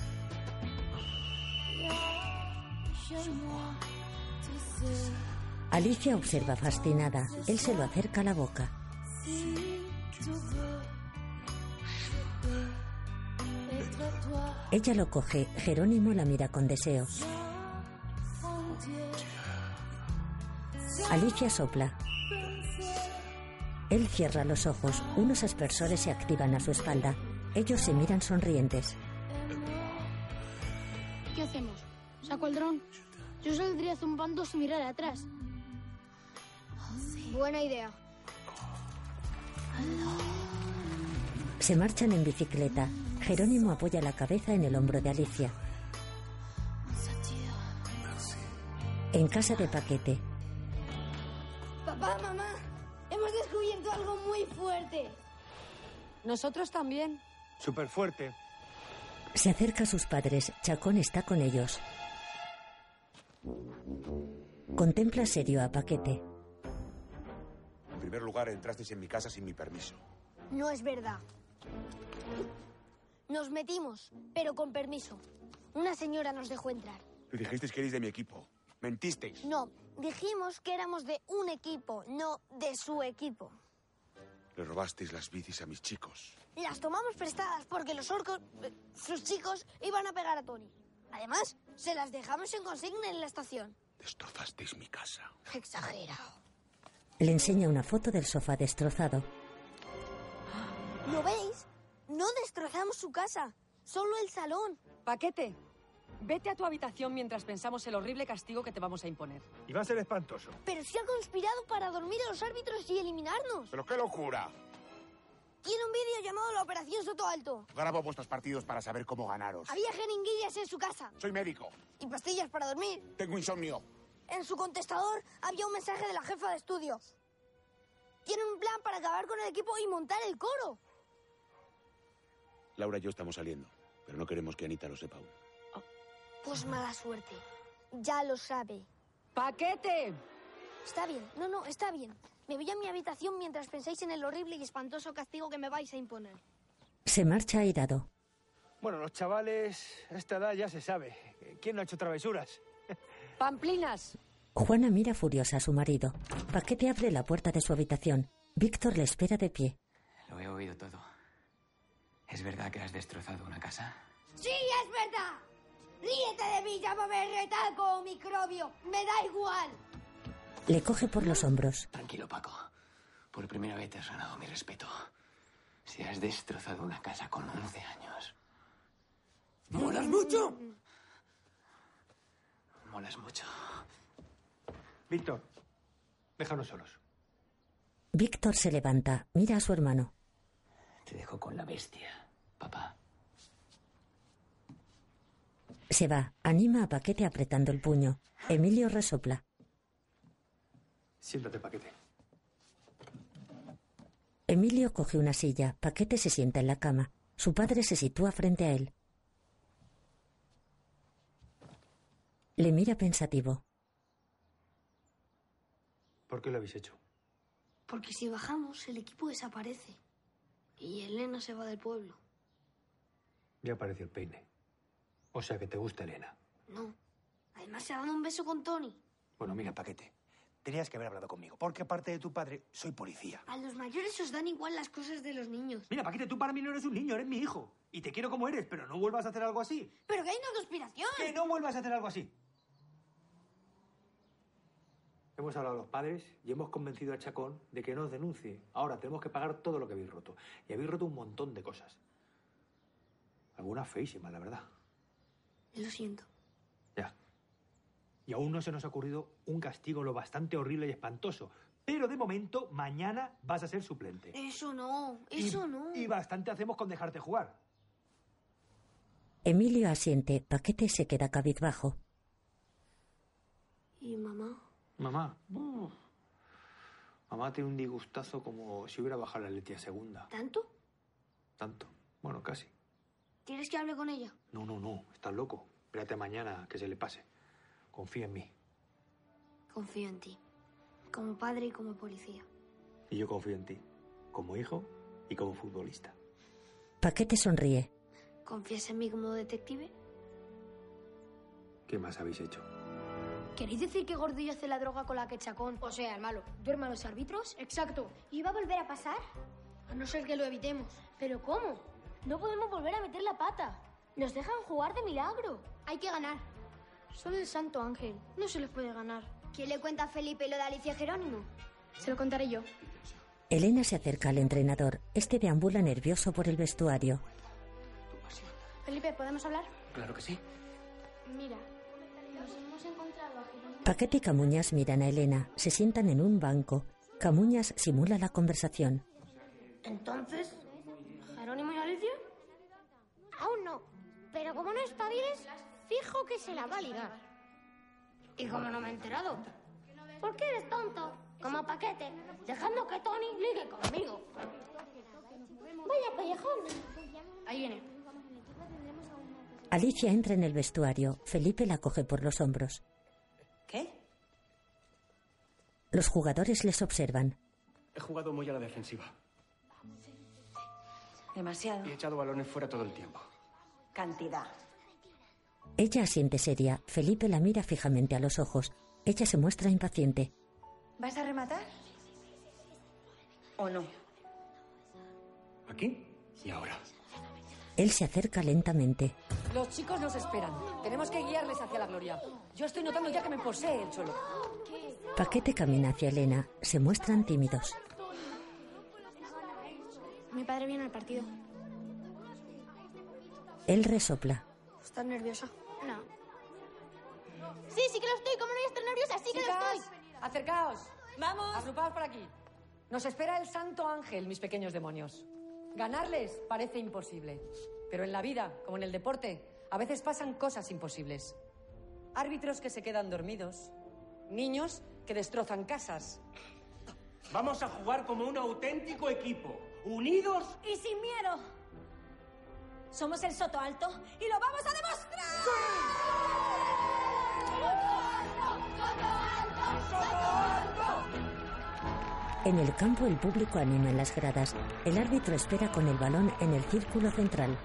S1: Alicia observa fascinada. Él se lo acerca a la boca. Ella lo coge. Jerónimo la mira con deseo. Alicia sopla. Él cierra los ojos. Unos aspersores se activan a su espalda. Ellos se miran sonrientes.
S15: ¿Qué hacemos? todos mirar atrás. Buena idea.
S1: Se marchan en bicicleta. Jerónimo apoya la cabeza en el hombro de Alicia. En casa de Paquete,
S2: Papá, mamá, hemos descubierto algo muy fuerte.
S4: Nosotros también.
S14: Súper fuerte.
S1: se acerca a sus padres. Chacón está con ellos. Contempla serio a Paquete.
S22: En primer lugar, entrasteis en mi casa sin mi permiso.
S2: No es verdad. Nos metimos, pero con permiso. Una señora nos dejó entrar.
S22: Y dijisteis que erais de mi equipo. Mentisteis.
S2: No, dijimos que éramos de un equipo, no de su equipo.
S22: Le robasteis las bicis a mis chicos.
S2: Las tomamos prestadas porque los orcos, eh, sus chicos, iban a pegar a Tony. Además, se las dejamos en consigna en la estación.
S22: Destrozasteis mi casa.
S2: Exagerado.
S1: Le enseña una foto del sofá destrozado.
S2: ¿Lo veis? No destrozamos su casa, solo el salón.
S4: Paquete, vete a tu habitación mientras pensamos el horrible castigo que te vamos a imponer.
S14: Y va a ser espantoso.
S2: Pero se ha conspirado para dormir a los árbitros y eliminarnos.
S22: ¡Pero qué locura!
S2: Tiene un vídeo llamado la Operación Soto Alto.
S22: Grabo vuestros partidos para saber cómo
S7: Pues
S22: ganaros.
S2: Había jeringuillas en su casa
S22: Soy médico.
S2: y pastillas para dormir.
S22: Tengo insomnio.
S2: En su contestador había un mensaje de la jefa de estudios. Tienen un plan para acabar con el equipo y montar el coro.
S22: Laura y yo estamos saliendo, pero no queremos que Anita lo sepa aún.
S2: Pues mala suerte. Ya lo sabe.
S4: ¡Paquete!
S2: Está bien, no, no, está bien. Me voy a mi habitación mientras pensáis en el horrible y espantoso castigo que me vais a imponer.
S1: Se marcha airado.
S14: Bueno, los chavales, a esta edad ya se sabe. ¿Quién no ha hecho travesuras?
S4: ¡Pamplinas!
S1: Juana mira furiosa a su marido. Paquete abre la puerta de su habitación. Víctor le espera de pie.
S43: Lo he oído todo. ¿Es verdad que has destrozado una casa?
S2: ¡Sí, es verdad! ¡Ríete de mí, llámame retaco o microbio! ¡Me da igual!
S1: Le coge por los hombros.
S43: Tranquilo, Paco. Por primera vez te has ganado mi respeto. Si has destrozado una casa con 11 años. ¡Molas mucho! Molas mucho.
S14: Víctor, déjanos solos.
S1: Víctor se levanta, mira a su hermano.
S43: Te dejo con la bestia, papá.
S1: Se va, anima a Paquete apretando el puño. Emilio resopla.
S14: Siéntate, paquete.
S1: Emilio coge una silla, Paquete se sienta en la cama. Su padre se sitúa frente a él. Le mira pensativo.
S14: ¿Por qué lo habéis hecho?
S27: Porque si bajamos, el equipo desaparece. Y Elena se va del pueblo.
S14: Ya apareció el peine. O sea que te gusta Elena.
S27: No. Además, se ha dado un beso con Tony.
S14: Bueno, mira, paquete. Tenías que haber hablado conmigo, porque aparte de tu padre, soy policía.
S27: A los mayores os dan igual las cosas de los niños.
S14: Mira, Paquete, tú para mí no eres un niño, eres mi hijo. Y te quiero como eres, pero no vuelvas a hacer algo así.
S2: ¡Pero que hay una conspiración!
S14: Que no vuelvas a hacer algo así. Hemos hablado a los padres y hemos convencido a Chacón de que no os denuncie. Ahora tenemos que pagar todo lo que habéis roto. Y habéis roto un montón de cosas. Algunas feísimas, la verdad.
S27: Lo siento.
S14: Ya. Y aún no se nos ha ocurrido un castigo lo bastante horrible y espantoso. Pero de momento, mañana vas a ser suplente.
S27: Eso no,
S14: Y-
S27: eso no.
S14: Y bastante hacemos con dejarte jugar.
S1: Emilio asiente, Paquete se queda cabizbajo.
S27: ¿Y mamá?
S14: Mamá. Mamá tiene un disgustazo como si hubiera bajado la letia segunda.
S27: ¿Tanto?
S14: Tanto. Bueno, casi.
S27: ¿Quieres que hable con ella?
S14: No, no, no. Estás loco. Espérate mañana que se le pase. Confía en mí.
S27: Confío en ti. Como padre y como policía.
S14: Y yo confío en ti. Como hijo y como futbolista.
S1: Paquete sonríe.
S27: ¿Confías en mí como detective?
S14: ¿Qué más habéis hecho?
S27: ¿Queréis decir que Gordillo hace la droga con la que Chacón, o sea, el malo, duerma a los árbitros? Exacto. ¿Y va a volver a pasar? A no ser que lo evitemos.
S2: ¿Pero cómo? No podemos volver a meter la pata. Nos dejan jugar de milagro. Hay que ganar.
S27: Solo el Santo Ángel. No se les puede ganar.
S6: ¿Quién le cuenta a Felipe lo de Alicia Jerónimo?
S27: Se lo contaré yo.
S1: Elena se acerca al entrenador. Este deambula nervioso por el vestuario.
S27: Felipe, ¿podemos hablar?
S43: Claro que sí.
S27: Mira, nos hemos encontrado a Jerónimo
S1: Paquete y Camuñas miran a Elena, se sientan en un banco. Camuñas simula la conversación.
S27: Entonces, ¿Jerónimo y Alicia?
S2: Aún no. Pero como no espabiles, fijo que se la va a ligar. Y como no me he enterado. ¿Por qué eres tonto? Como paquete, dejando que Tony ligue conmigo. Vaya pellejón. Ahí viene.
S1: Alicia entra en el vestuario. Felipe la coge por los hombros.
S4: ¿Qué?
S1: Los jugadores les observan.
S32: He jugado muy a la defensiva.
S4: Demasiado.
S32: Y he echado balones fuera todo el tiempo.
S4: Cantidad.
S1: Ella asiente seria. Felipe la mira fijamente a los ojos. Ella se muestra impaciente.
S4: ¿Vas a rematar? ¿O no?
S32: ¿Aquí? ¿Y ahora?
S1: Él se acerca lentamente.
S4: Los chicos nos esperan. Tenemos que guiarles hacia la gloria. Yo estoy notando ya que me posee el suelo.
S1: Paquete camina hacia Elena. Se muestran tímidos.
S27: Mi padre viene al partido.
S1: Él resopla.
S27: ¿Estás nerviosa?
S2: No. Sí, sí que lo estoy. ¿Cómo no voy a estar nerviosa? Sí Pues que lo
S4: Chicas,
S2: estoy.
S4: Acercaos. Vamos. Agrupaos por aquí. Nos espera el santo ángel, mis pequeños demonios. Ganarles parece imposible. Pero en la vida, como en el deporte, a veces pasan cosas imposibles. Árbitros que se quedan dormidos. Niños que destrozan casas.
S20: Vamos a jugar como un auténtico equipo. Unidos.
S38: Y sin miedo. Somos el Soto Alto y lo vamos a demostrar.
S1: En el campo el público anima en las gradas. El árbitro espera con el balón en el círculo central.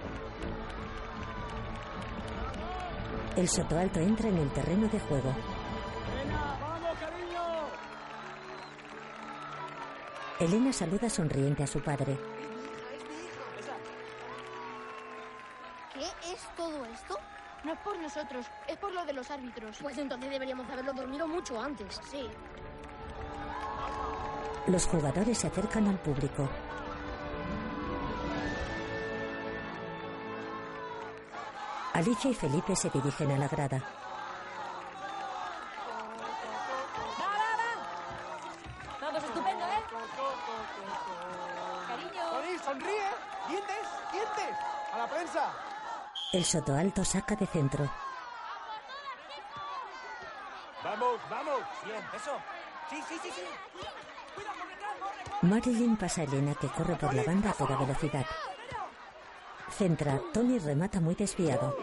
S1: El sotoalto entra en el terreno de juego. Elena saluda sonriente a su padre.
S2: ¿Qué es todo esto?
S15: No es por nosotros, es por lo de los árbitros. Pues entonces deberíamos haberlo dormido mucho antes. Sí.
S1: Los jugadores se acercan al público. Alicia y Felipe se dirigen a la grada.
S4: Vamos, estupendo, ¿eh? Cariño.
S9: Sonríe, sonríe. Dientes, dientes. A la prensa.
S1: El sotoalto saca de centro.
S7: Vamos, vamos. Bien, eso. Sí, sí, sí, sí.
S1: Marilyn pasa a Elena que corre por la banda a toda velocidad. Centra, Tony remata muy desviado.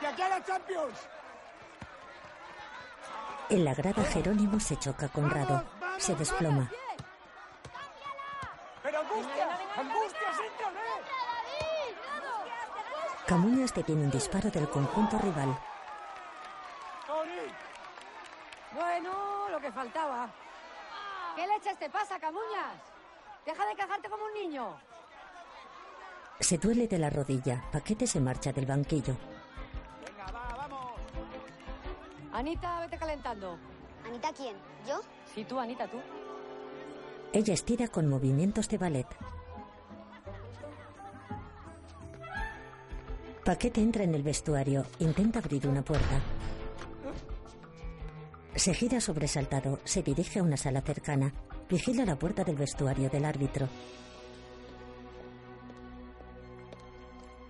S9: ¡De aquí a la Champions!
S1: En la grada Jerónimo se choca con Rado. Se desploma.
S9: ¡Pero angustia! ¿eh? ¡Angustias, éntrale!
S1: Camuñas detiene un disparo del conjunto rival.
S9: ¡Tony!
S4: Bueno, lo que faltaba. ¿Qué leches te pasa, Camuñas? Deja de cajarte como un niño.
S1: Se duele de la rodilla. Paquete se marcha del banquillo.
S4: Anita, vete calentando.
S2: ¿Anita quién? ¿Yo?
S4: Sí, tú, Anita, tú.
S1: Ella estira con movimientos de ballet. Paquete entra en el vestuario, intenta abrir una puerta. Se gira sobresaltado, se dirige a una sala cercana, vigila la puerta del vestuario del árbitro.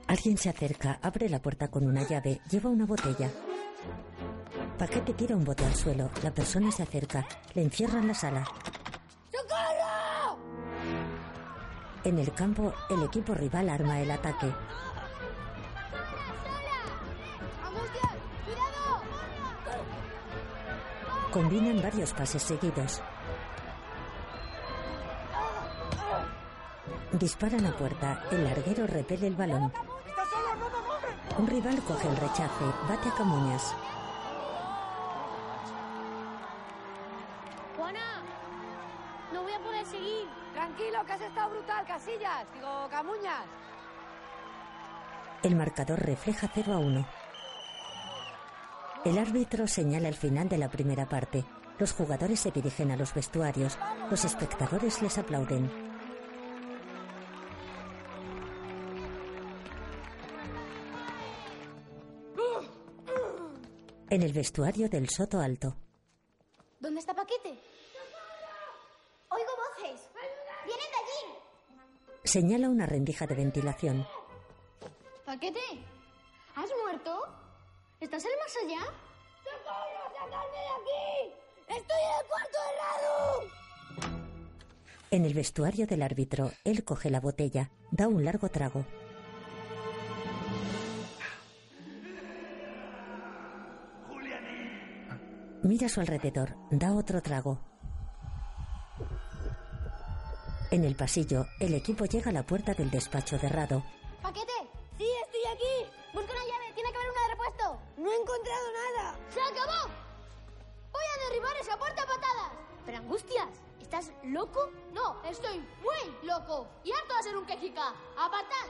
S1: Alguien se acerca, abre la puerta con una llave, lleva una botella. Paquete tira un bote al suelo, la persona se acerca, le encierra en la sala.
S2: ¡Socorro!
S1: En el campo, el equipo rival arma el ataque.
S2: ¡Angustias! ¡Cuidado!
S1: Combinan varios pases seguidos. Disparan a puerta, el larguero repele el balón.
S9: ¡Está solo, no nos mueve!
S1: Un rival coge el rechace, bate a Camuñas.
S2: Juana, no voy a poder seguir.
S4: Tranquilo, que has estado brutal, Casillas. Digo, Camuñas.
S1: El marcador refleja 0 a 1. El árbitro señala el final de la primera parte. Los jugadores se dirigen a los vestuarios. Los espectadores les aplauden. En el vestuario del Soto Alto,
S2: ¿Dónde está Paquete?
S6: Oigo voces. ¡Vienen de allí!
S1: señala una rendija de ventilación.
S2: ¿Paquete? ¿Has muerto? ¿Estás en el más allá?
S6: ¡Socorro, sacadme de aquí! ¡Estoy en el cuarto errado!
S1: En el vestuario del árbitro, él coge la botella, da un largo trago. Mira a su alrededor, da otro trago. En el pasillo, el equipo llega a la puerta del despacho de Rado.
S2: ¿Paquete? Sí, estoy aquí. Busca una llave, tiene que haber una de repuesto.
S38: No he encontrado nada.
S2: ¡Se acabó! Voy a derribar esa puerta a patadas. Pero angustias, ¿estás loco? No, estoy muy loco. Y harto de ser un quejica. ¡Apartad!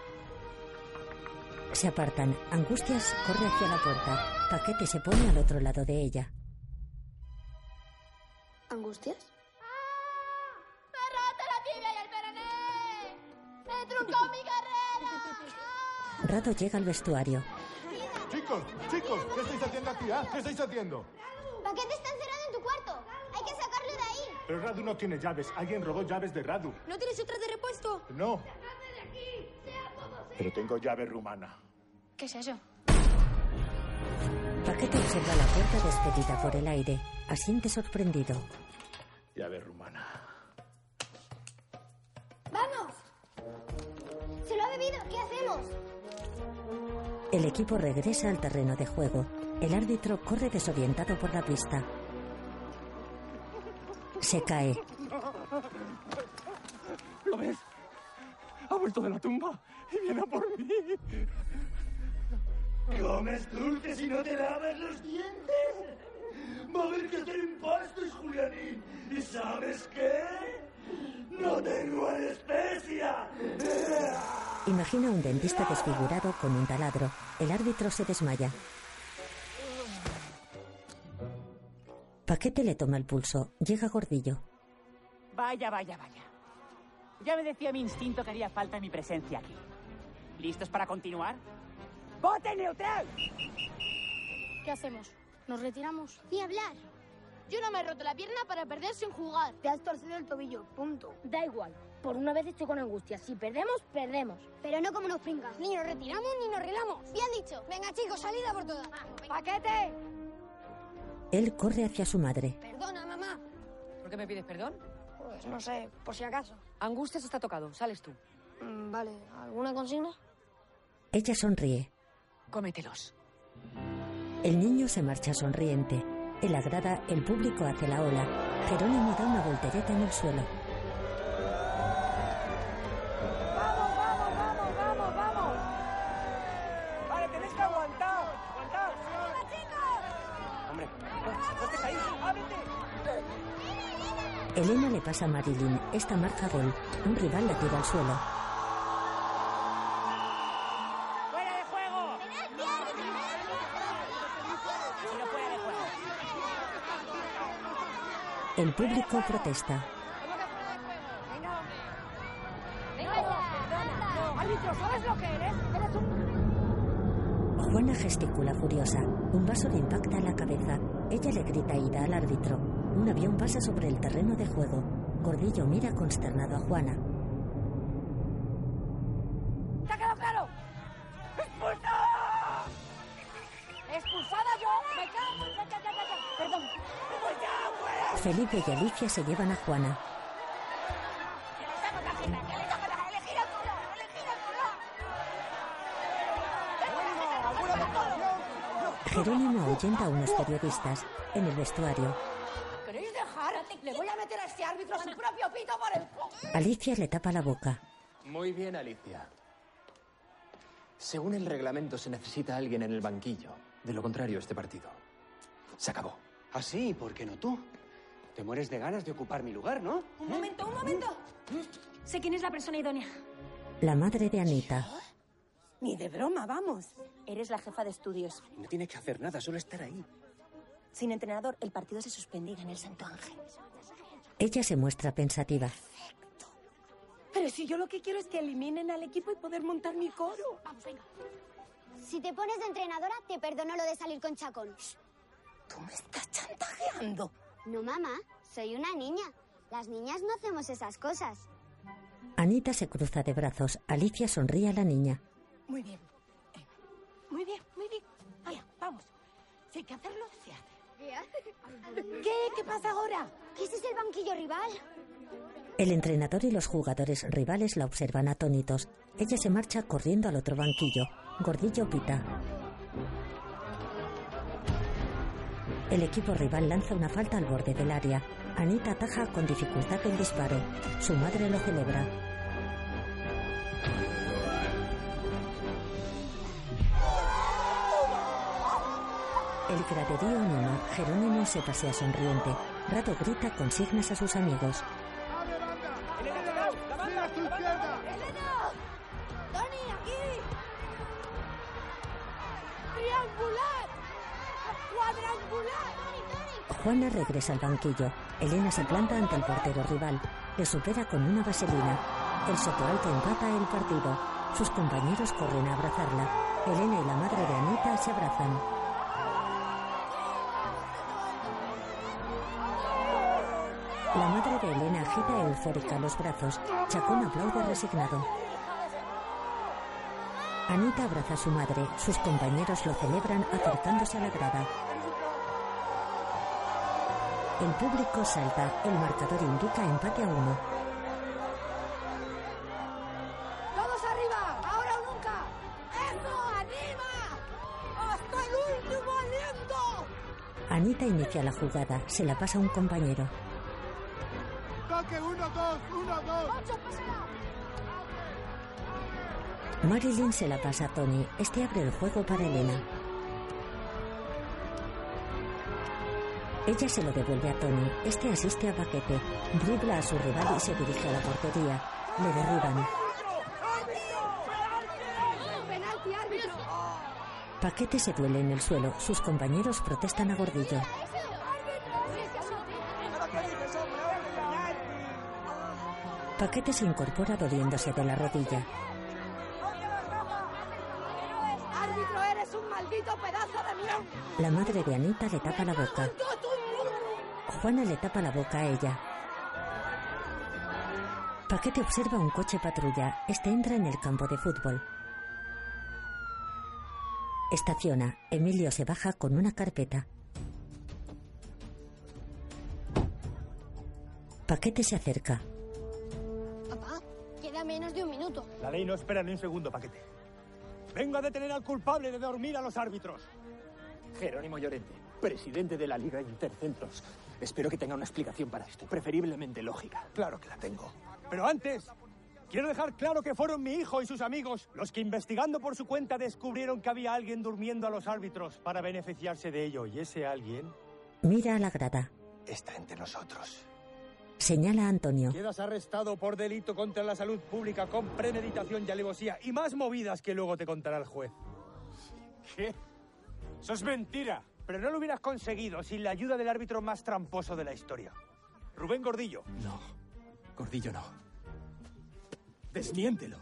S1: Se apartan. Angustias corre hacia la puerta. Paquete se pone al otro lado de ella.
S2: ¿Angustias? ¡Perrate ¡Ah! la tibia y el peroné! ¡He truncado mi carrera!
S1: Rado llega al vestuario.
S7: Chicos, chicos, ¿qué estáis haciendo aquí? ah? ¿Qué estáis haciendo?
S6: Paquete está encerrado en tu cuarto. Hay que sacarlo de ahí.
S7: Pero Radu no tiene llaves. Alguien robó llaves de Radu.
S2: ¿No tienes otra de repuesto?
S7: No. Pero tengo llave rumana.
S2: ¿Qué es eso?
S1: Paquete observa la puerta despedida por el aire. Asiente sorprendido.
S7: Llave rumana.
S6: ¡Vamos! Se lo ha bebido. ¿Qué hacemos?
S1: El equipo regresa al terreno de juego. El árbitro corre desorientado por la pista. Se cae.
S9: ¿Lo ves? Ha vuelto de la tumba y viene a por mí.
S20: ¿Comes dulces y no te lavas los dientes? Va a haber que hacer impastos, Julianín. ¿Y sabes qué? ¡No tengo anestesia!
S1: Imagina a un dentista desfigurado con un taladro. El árbitro se desmaya. Paquete le toma el pulso. Llega Gordillo.
S13: Vaya, vaya, vaya. Ya me decía mi instinto que haría falta mi presencia aquí. ¿Listos para continuar? ¡Vote neutral!
S15: ¿Qué hacemos? ¿Nos retiramos?
S2: Ni hablar. Yo no me he roto la pierna para perder sin jugar.
S38: Te has torcido el tobillo, punto.
S25: Da igual. Por una vez estoy con angustia. Si perdemos, perdemos.
S6: Pero no como nos pringas.
S2: Ni nos retiramos ni nos arreglamos. Bien dicho. Venga, chicos, salida por todas.
S38: ¡Paquete!
S1: Él corre hacia su madre.
S2: Perdona, mamá.
S4: ¿Por qué me pides perdón?
S38: Pues no sé, por si acaso.
S4: Angustias está tocado, sales tú.
S38: Mm, Vale, ¿alguna consigna?
S1: Ella sonríe.
S4: Cómetelos.
S1: El niño se marcha sonriente. En la grada, el público hace la ola. Jerónimo da una voltereta en el suelo.
S9: ¡Vamos, vamos, vamos, vamos, vamos! Vale, tenéis que aguantar. ¡Aguantar!
S43: Hombre,
S9: ¡No estés ahí! ¡Ábrete!
S1: Elena le pasa a Marilyn. Esta marca gol. Un rival la tira al suelo.
S13: ¡Fuera de juego! Pero fuera de juego.
S1: El público protesta.
S38: Árbitro, ¿sabes lo que eres? Eres un...
S1: Juana gesticula furiosa. Un vaso le impacta en la cabeza. Ella le grita ida al árbitro. Un avión pasa sobre el terreno de juego. Gordillo mira consternado a Juana.
S38: ¿Te ha quedado claro? ¡Expulsada! ¡Expulsada yo! ¡Me cago! en- ¡Ya, ya, ya, ya, ya! Perdón.
S1: Felipe y Alicia se llevan a Juana. Jerónimo ahuyenta a unos periodistas. En el vestuario,
S38: ¿Queréis dejar? Le voy a meter a este árbitro su propio pito por el cu...
S1: Alicia le tapa la boca.
S43: Muy bien, Alicia. Según el reglamento, se necesita alguien en el banquillo. De lo contrario, este partido se acabó.
S32: Así, Ah, ¿por qué no tú? Te mueres de ganas de ocupar mi lugar, ¿no?
S13: Un
S4: ¿Eh?
S13: momento, un momento. Sé quién es la persona idónea.
S1: La madre de Anita.
S13: Ni de broma, vamos. Eres la jefa de estudios.
S43: No tiene que hacer nada, solo estar ahí.
S13: Sin entrenador, el partido se suspendía en el Santo Ángel.
S1: Ella se muestra pensativa.
S38: Pero si yo lo que quiero es que eliminen al equipo y poder montar mi coro.
S6: Si te pones de entrenadora, te perdono lo de salir con Chacón.
S44: ¿Tú me estás chantajeando? No, mamá, soy una niña. Las niñas no hacemos esas cosas.
S1: Anita se cruza de brazos. Alicia sonríe a la niña.
S9: Muy bien. Eh, Muy bien, muy bien. Vaya, vamos. Si hay que hacerlo, se hace. ¿Qué? ¿Qué pasa ahora?
S44: ¿Que ese es el banquillo rival?
S1: El entrenador y los jugadores rivales la observan atónitos. Ella se marcha corriendo al otro banquillo. Gordillo pita. El equipo rival lanza una falta al borde del área. Anita ataja con dificultad el disparo. Su madre lo celebra. El graderío anima. Jerónimo se pasea sonriente. Rado grita consignas a sus amigos.
S3: ¡Mira a tu izquierda!
S9: ¡Elena! ¡Tony, aquí! ¡Triangular! ¡Cuadrangular!
S1: Juana regresa al banquillo. Elena se planta ante el portero rival. Le supera con una vaselina. El sopoalto empata el partido. Sus compañeros corren a abrazarla. Elena y la madre de Anita se abrazan. La madre de Elena agita eufórica los brazos. Chacón aplaude resignado. Anita abraza a su madre. Sus compañeros lo celebran acercándose a la grada. El público salta. El marcador indica empate a uno.
S9: ¡Todos arriba! ¡Ahora o nunca! ¡Eso! ¡Anima! ¡Hasta el último aliento!
S1: Anita inicia la jugada. Se la pasa a un compañero.
S3: ¡Toque! ¡Uno, dos! ¡Uno, dos!
S9: pues
S1: Marilyn se la pasa a Tony. Este abre el juego para Elena. Ella se lo devuelve a Tony. Este asiste a Paquete. Dribla a su rival y se dirige a la portería. Le derriban.
S9: Oh, ¡Penalti, árbitro!
S14: Ah.
S1: Paquete se duele en el suelo. Sus compañeros protestan a Gordillo. Paquete se incorpora doliéndose de la rodilla.
S9: ¡Árbitro, eres un maldito pedazo de mierda!
S1: La madre de Anita le tapa la boca. Juana le tapa la boca a ella. Paquete observa un coche patrulla. Este entra en el campo de fútbol. Estaciona. Emilio se baja con una carpeta. Paquete se acerca.
S2: Papá, queda menos de un minuto.
S14: La ley no espera ni un segundo, paquete. Vengo a detener al culpable de dormir a los árbitros.
S6: Jerónimo Llorente, presidente de la Liga Intercentros. Espero que tenga una explicación para esto, preferiblemente lógica.
S14: Claro que la tengo. Pero antes, quiero dejar claro que fueron mi hijo y sus amigos los que investigando por su cuenta descubrieron que había alguien durmiendo a los árbitros para beneficiarse de ello. Y ese alguien
S1: Mira a la grada.
S14: está entre nosotros.
S1: Señala a Antonio.
S14: Quedas arrestado por delito contra la salud pública con premeditación y alevosía y más movidas que luego te contará el juez. ¿Qué? Eso es mentira. Pero no lo hubieras conseguido sin la ayuda del árbitro más tramposo de la historia. Rubén Gordillo.
S6: No, Gordillo no. Desmiéntelo.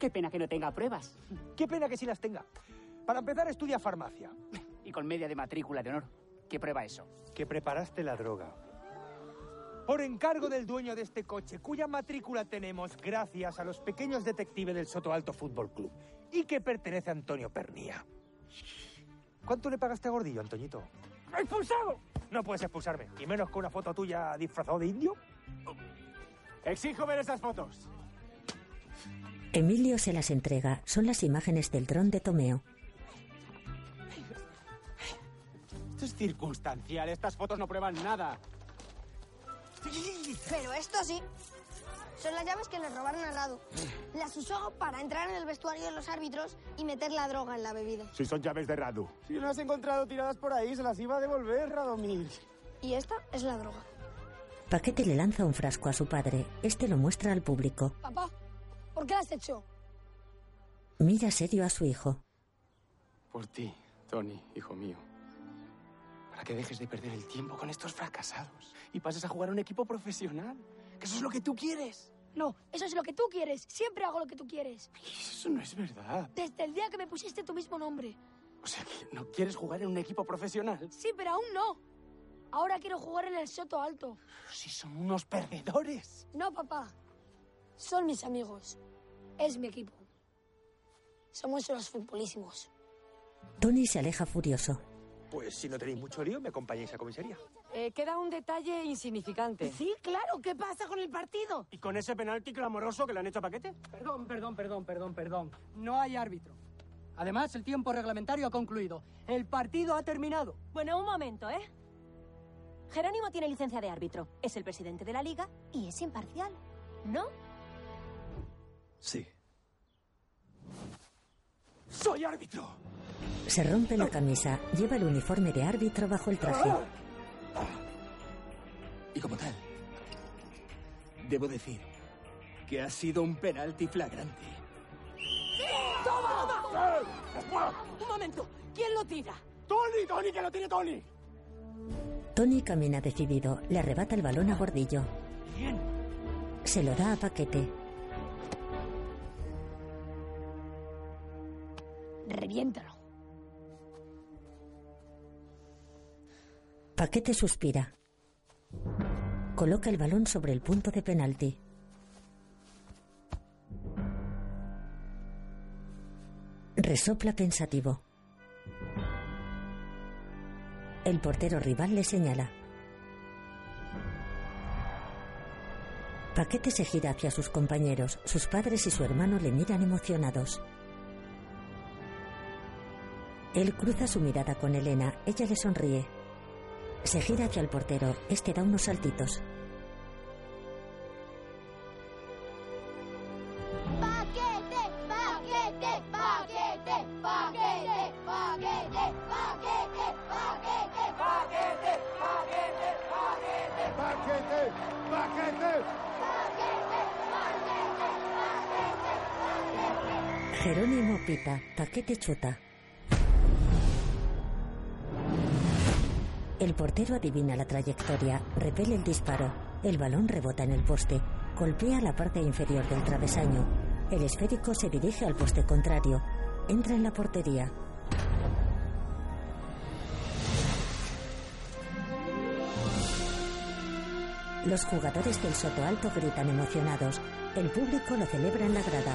S24: Qué pena que no tenga pruebas.
S14: Qué pena que sí las tenga. Para empezar, estudia farmacia.
S24: Y con media de matrícula de honor. ¿Qué prueba eso?
S14: Que preparaste la droga. Por encargo del dueño de este coche, cuya matrícula tenemos gracias a los pequeños detectives del Soto Alto Fútbol Club y que pertenece a Antonio Pernía. ¿Cuánto le pagaste a Gordillo, Antoñito? ¡Expulsado! No puedes expulsarme, y menos con una foto tuya disfrazado de indio. Exijo ver esas fotos.
S1: Emilio se las entrega. Son las imágenes del dron de Tomeo.
S6: Esto es circunstancial, estas fotos no prueban nada.
S2: Pero esto sí. Son las llaves que nos robaron al lado. Las usó para entrar en el vestuario de los árbitros y meter la droga en la bebida.
S3: Si son llaves de Radu.
S14: Si no has encontrado tiradas por ahí, se las iba a devolver, Radomir.
S2: Y esta es la droga.
S1: Paquete le lanza un frasco a su padre. Este lo muestra al público.
S2: Papá, ¿por qué la has hecho?
S1: Mira serio a su hijo.
S45: Por ti, Tony, hijo mío. Para que dejes de perder el tiempo con estos fracasados y pases a jugar a un equipo profesional. Que eso es lo que tú quieres.
S2: No, eso es lo que tú quieres. Siempre hago lo que tú quieres.
S45: Eso no es verdad.
S2: Desde el día que me pusiste tu mismo nombre.
S46: O sea que no quieres jugar en un equipo profesional.
S47: Sí, pero aún no. Ahora quiero jugar en el Soto Alto.
S46: Si son unos perdedores.
S47: No, papá. Son mis amigos. Es mi equipo. Somos los futbolísimos.
S1: Tony se aleja furioso.
S14: Pues si no tenéis mucho lío, me acompañáis a comisaría.
S48: Eh, queda un detalle insignificante.
S13: Sí, claro, ¿qué pasa con el partido?
S14: ¿Y con ese penalti clamoroso que le han hecho a Paquete?
S6: Perdón, perdón, perdón, perdón, perdón. No hay árbitro. Además, el tiempo reglamentario ha concluido. El partido ha terminado.
S4: Bueno, un momento, ¿eh? Jerónimo tiene licencia de árbitro. Es el presidente de la liga y es imparcial, ¿no?
S14: Sí. ¡Soy árbitro!
S1: Se rompe la camisa, lleva el uniforme de árbitro bajo el traje.
S14: Y como tal, debo decir que ha sido un penalti flagrante.
S13: ¡Toma!
S4: Un momento, ¿quién lo tira?
S14: ¡Tony, Tony, que lo tiene Tony!
S1: Tony camina decidido, le arrebata el balón a Gordillo.
S14: Bien.
S1: Se lo da a Paquete.
S47: Reviéntalo.
S1: Paquete suspira. Coloca el balón sobre el punto de penalti. Resopla pensativo. El portero rival le señala. Paquete se gira hacia sus compañeros. Sus padres y su hermano le miran emocionados. Él cruza su mirada con Elena. Ella le sonríe. Se gira hacia el portero. Este da unos saltitos.
S9: Paquete, paquete, paquete, paquete, paquete, paquete, paquete, paquete, paquete, paquete,
S49: ¡Paquete! ¡Paquete!
S1: Jerónimo pita. Paquete chuta. El portero adivina la trayectoria, repele el disparo. El balón rebota en el poste, golpea la parte inferior del travesaño. El esférico se dirige al poste contrario, entra en la portería. Los jugadores del Soto Alto gritan emocionados. El público lo celebra en la grada.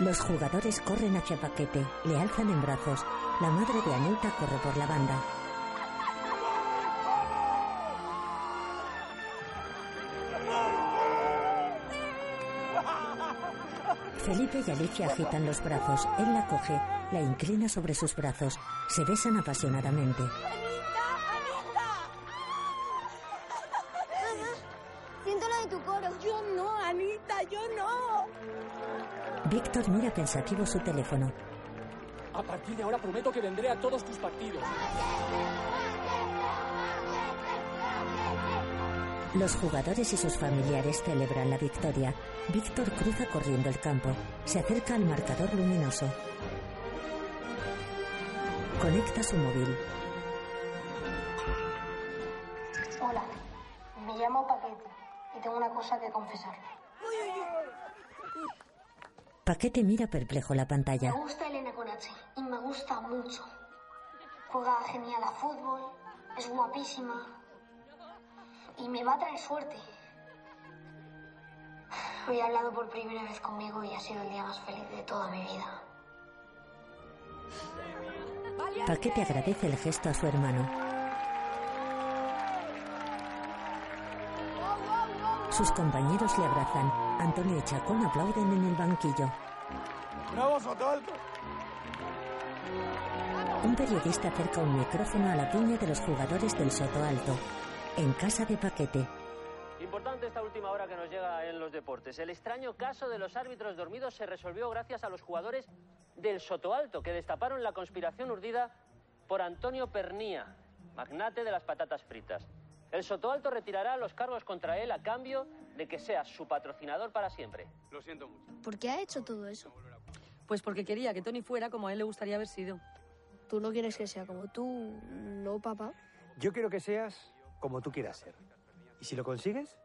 S1: Los jugadores corren hacia Paquete, le alzan en brazos. La madre de Anita corre por la banda. Felipe y Alicia agitan los brazos. Él la coge, la inclina sobre sus brazos. Se besan apasionadamente.
S50: Siento lo de tu coro.
S13: Yo no, Anita, yo no.
S1: Víctor mira pensativo su teléfono.
S14: A partir de ahora prometo que vendré a todos tus partidos.
S1: Los jugadores y sus familiares celebran la victoria. Víctor cruza corriendo el campo. Se acerca al marcador luminoso. Conecta su móvil.
S2: Hola, me llamo Paquete y tengo una cosa que confesar.
S1: Paquete mira perplejo la
S2: Me
S1: pantalla.
S2: gusta Elena con H y me gusta mucho. Juega genial a fútbol, es guapísima y me va a traer suerte. Hoy ha hablado por primera vez conmigo y ha sido el día más feliz de toda mi vida.
S1: Paquete agradece el gesto a su hermano. Sus compañeros le abrazan. Antonio y Chacón aplauden en el banquillo.
S49: ¡Bravo, Soto Alto!
S1: Un periodista acerca un micrófono a la piña de los jugadores del Soto Alto. En casa de Paquete,
S18: Importante esta última hora que nos llega en los deportes. El extraño caso de los árbitros dormidos se resolvió gracias a los jugadores del Sotoalto que destaparon la conspiración urdida por Antonio Pernía, magnate de las patatas fritas. El Sotoalto retirará los cargos contra él a cambio de que sea su patrocinador para siempre. Lo siento mucho.
S9: ¿Por qué ha hecho todo eso?
S4: Pues porque quería que Tony fuera como a él le gustaría haber sido.
S2: Tú no quieres que sea como tú, ¿no, papá?
S14: Yo quiero que seas como tú quieras ser. Y si lo consigues,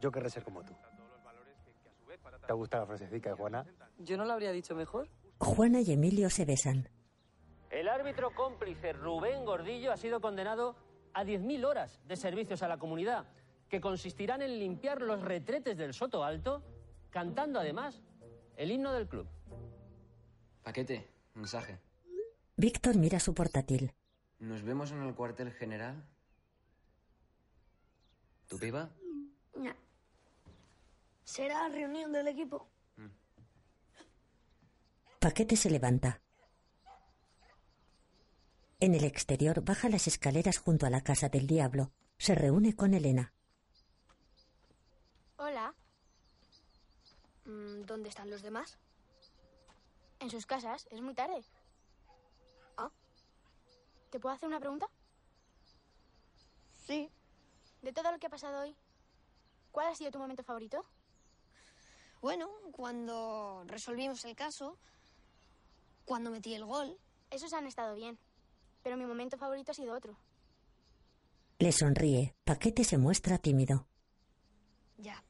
S14: yo querré ser como tú. ¿Te ha gustado la frasecica de Juana?
S4: Yo no lo habría dicho mejor.
S1: Juana y Emilio se besan.
S18: El árbitro cómplice Rubén Gordillo ha sido condenado a 10.000 horas de servicios a la comunidad, que consistirán en limpiar los retretes del Soto Alto, cantando además el himno del club.
S6: Paquete, mensaje.
S1: Víctor mira su portátil.
S6: ¿Nos vemos en el cuartel general? ¿Tu piba?
S2: No. Será reunión del equipo.
S1: Paquete se levanta. En el exterior baja las escaleras junto a la casa del diablo. Se reúne con Elena.
S51: Hola.
S2: Mm, ¿Dónde están los demás?
S51: En sus casas, es muy tarde.
S2: Ah. ¿Te puedo hacer una pregunta?
S51: Sí.
S2: De todo lo que ha pasado hoy, ¿cuál ha sido tu momento favorito?
S51: Bueno, cuando resolvimos el caso, cuando metí el gol.
S2: Esos han estado bien, pero mi momento favorito ha sido otro.
S1: Le sonríe. Paquete se muestra tímido.
S51: Ya.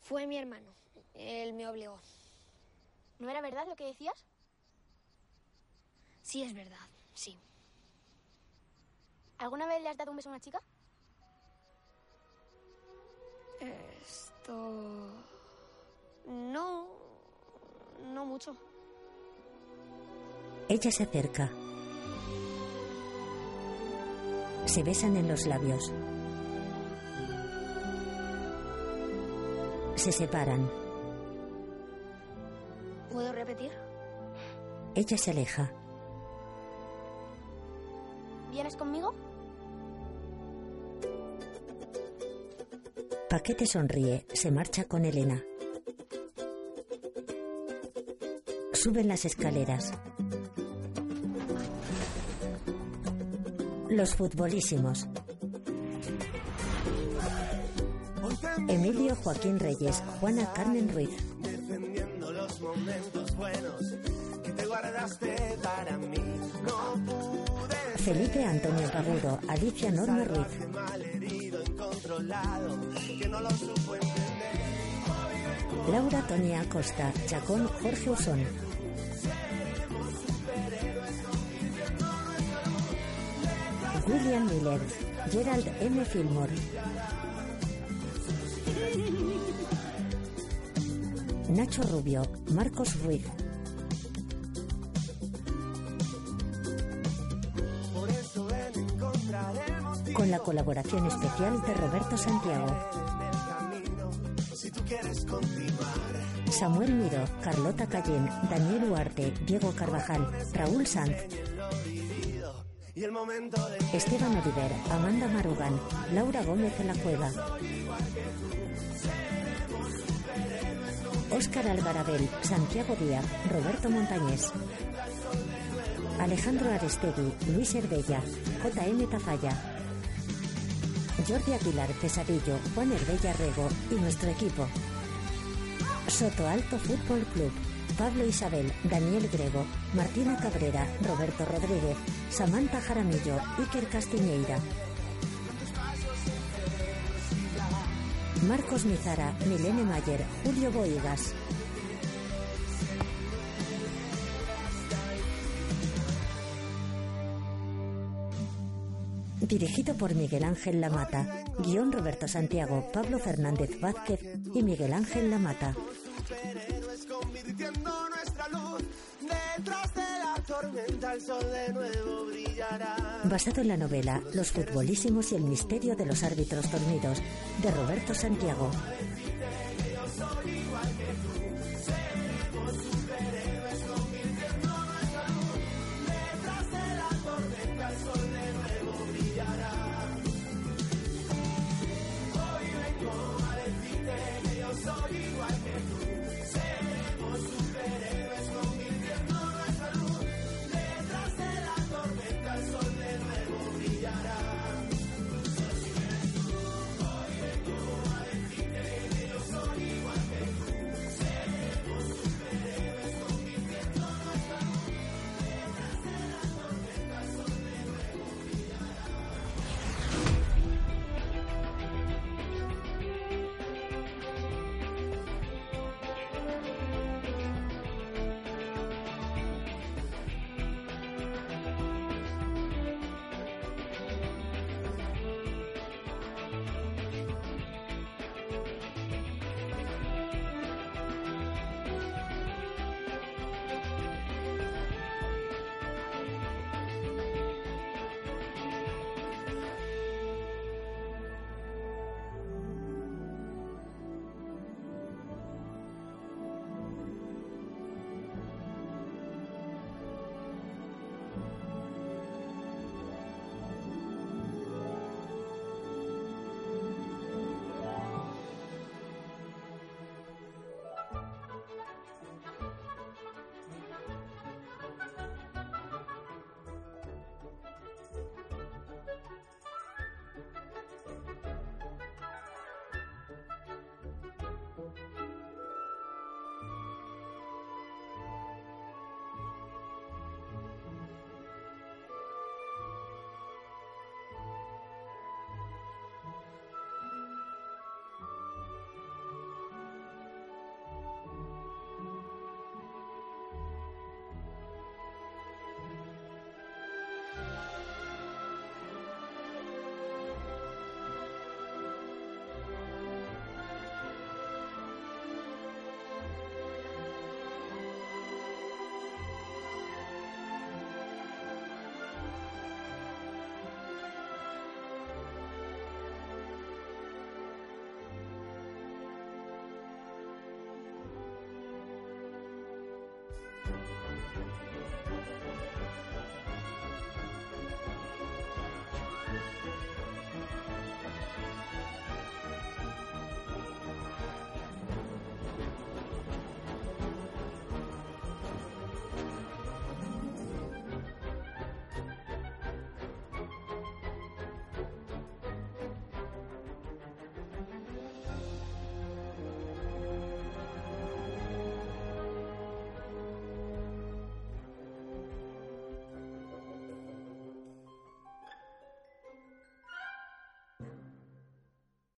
S51: Fue mi hermano. Él me obligó.
S2: ¿No era verdad lo que decías?
S51: Sí, es verdad. Sí.
S2: ¿Alguna vez le has dado un beso a una chica?
S51: Esto... No... No mucho.
S1: Ella se acerca. Se besan en los labios. Se separan.
S51: ¿Puedo repetir?
S1: Ella se aleja.
S2: ¿Vienes conmigo?
S1: Paquete sonríe, se marcha con Elena. Suben las escaleras. Los futbolísimos. Emilio Joaquín Reyes, Juana Carmen Ruiz,
S9: Defendiendo los momentos buenos que te guardaste para mí. No pude
S1: Felipe Antonio Paguro, Alicia Norma Ruiz,
S9: mal herido, incontrolado, que no lo supo entender.
S1: Laura Toña Acosta, Chacón Jorge Usón. William Miller, Gerald M. Fillmore. Nacho Rubio, Marcos Ruiz,
S9: Por eso ven en contra del motivo
S1: con la colaboración especial de Roberto Santiago,
S9: del camino. Si tú quieres continuar,
S1: Samuel Miro, Carlota Cayén, Daniel Huarte, Diego Carvajal, Raúl Sanz,
S9: y el momento de
S1: Esteban Oliver, Amanda Marugán, Laura Gómez de la Cueva. Óscar Alvarabel, Santiago Díaz, Roberto Montañés. Alejandro Arestegui, Luis Herbella, J.M. Tafalla. Jordi Aguilar Pesadillo, Juan Herbella Rego y nuestro equipo. Soto Alto Fútbol Club. Pablo Isabel, Daniel Grego, Martina Cabrera, Roberto Rodríguez, Samantha Jaramillo, Iker Castiñeira. Marcos Mizara, Milene Mayer, Julio Boigas. Dirigido por Miguel Ángel Lamata. Guión Roberto Santiago, Pablo Fernández Vázquez y Miguel Ángel Lamata.
S9: superhéroes convirtiendo nuestra luz. Detrás de la tormenta el sol de nuevo brillará.
S1: Basado en la novela Los futbolísimos y el misterio de los árbitros dormidos, de Roberto Santiago.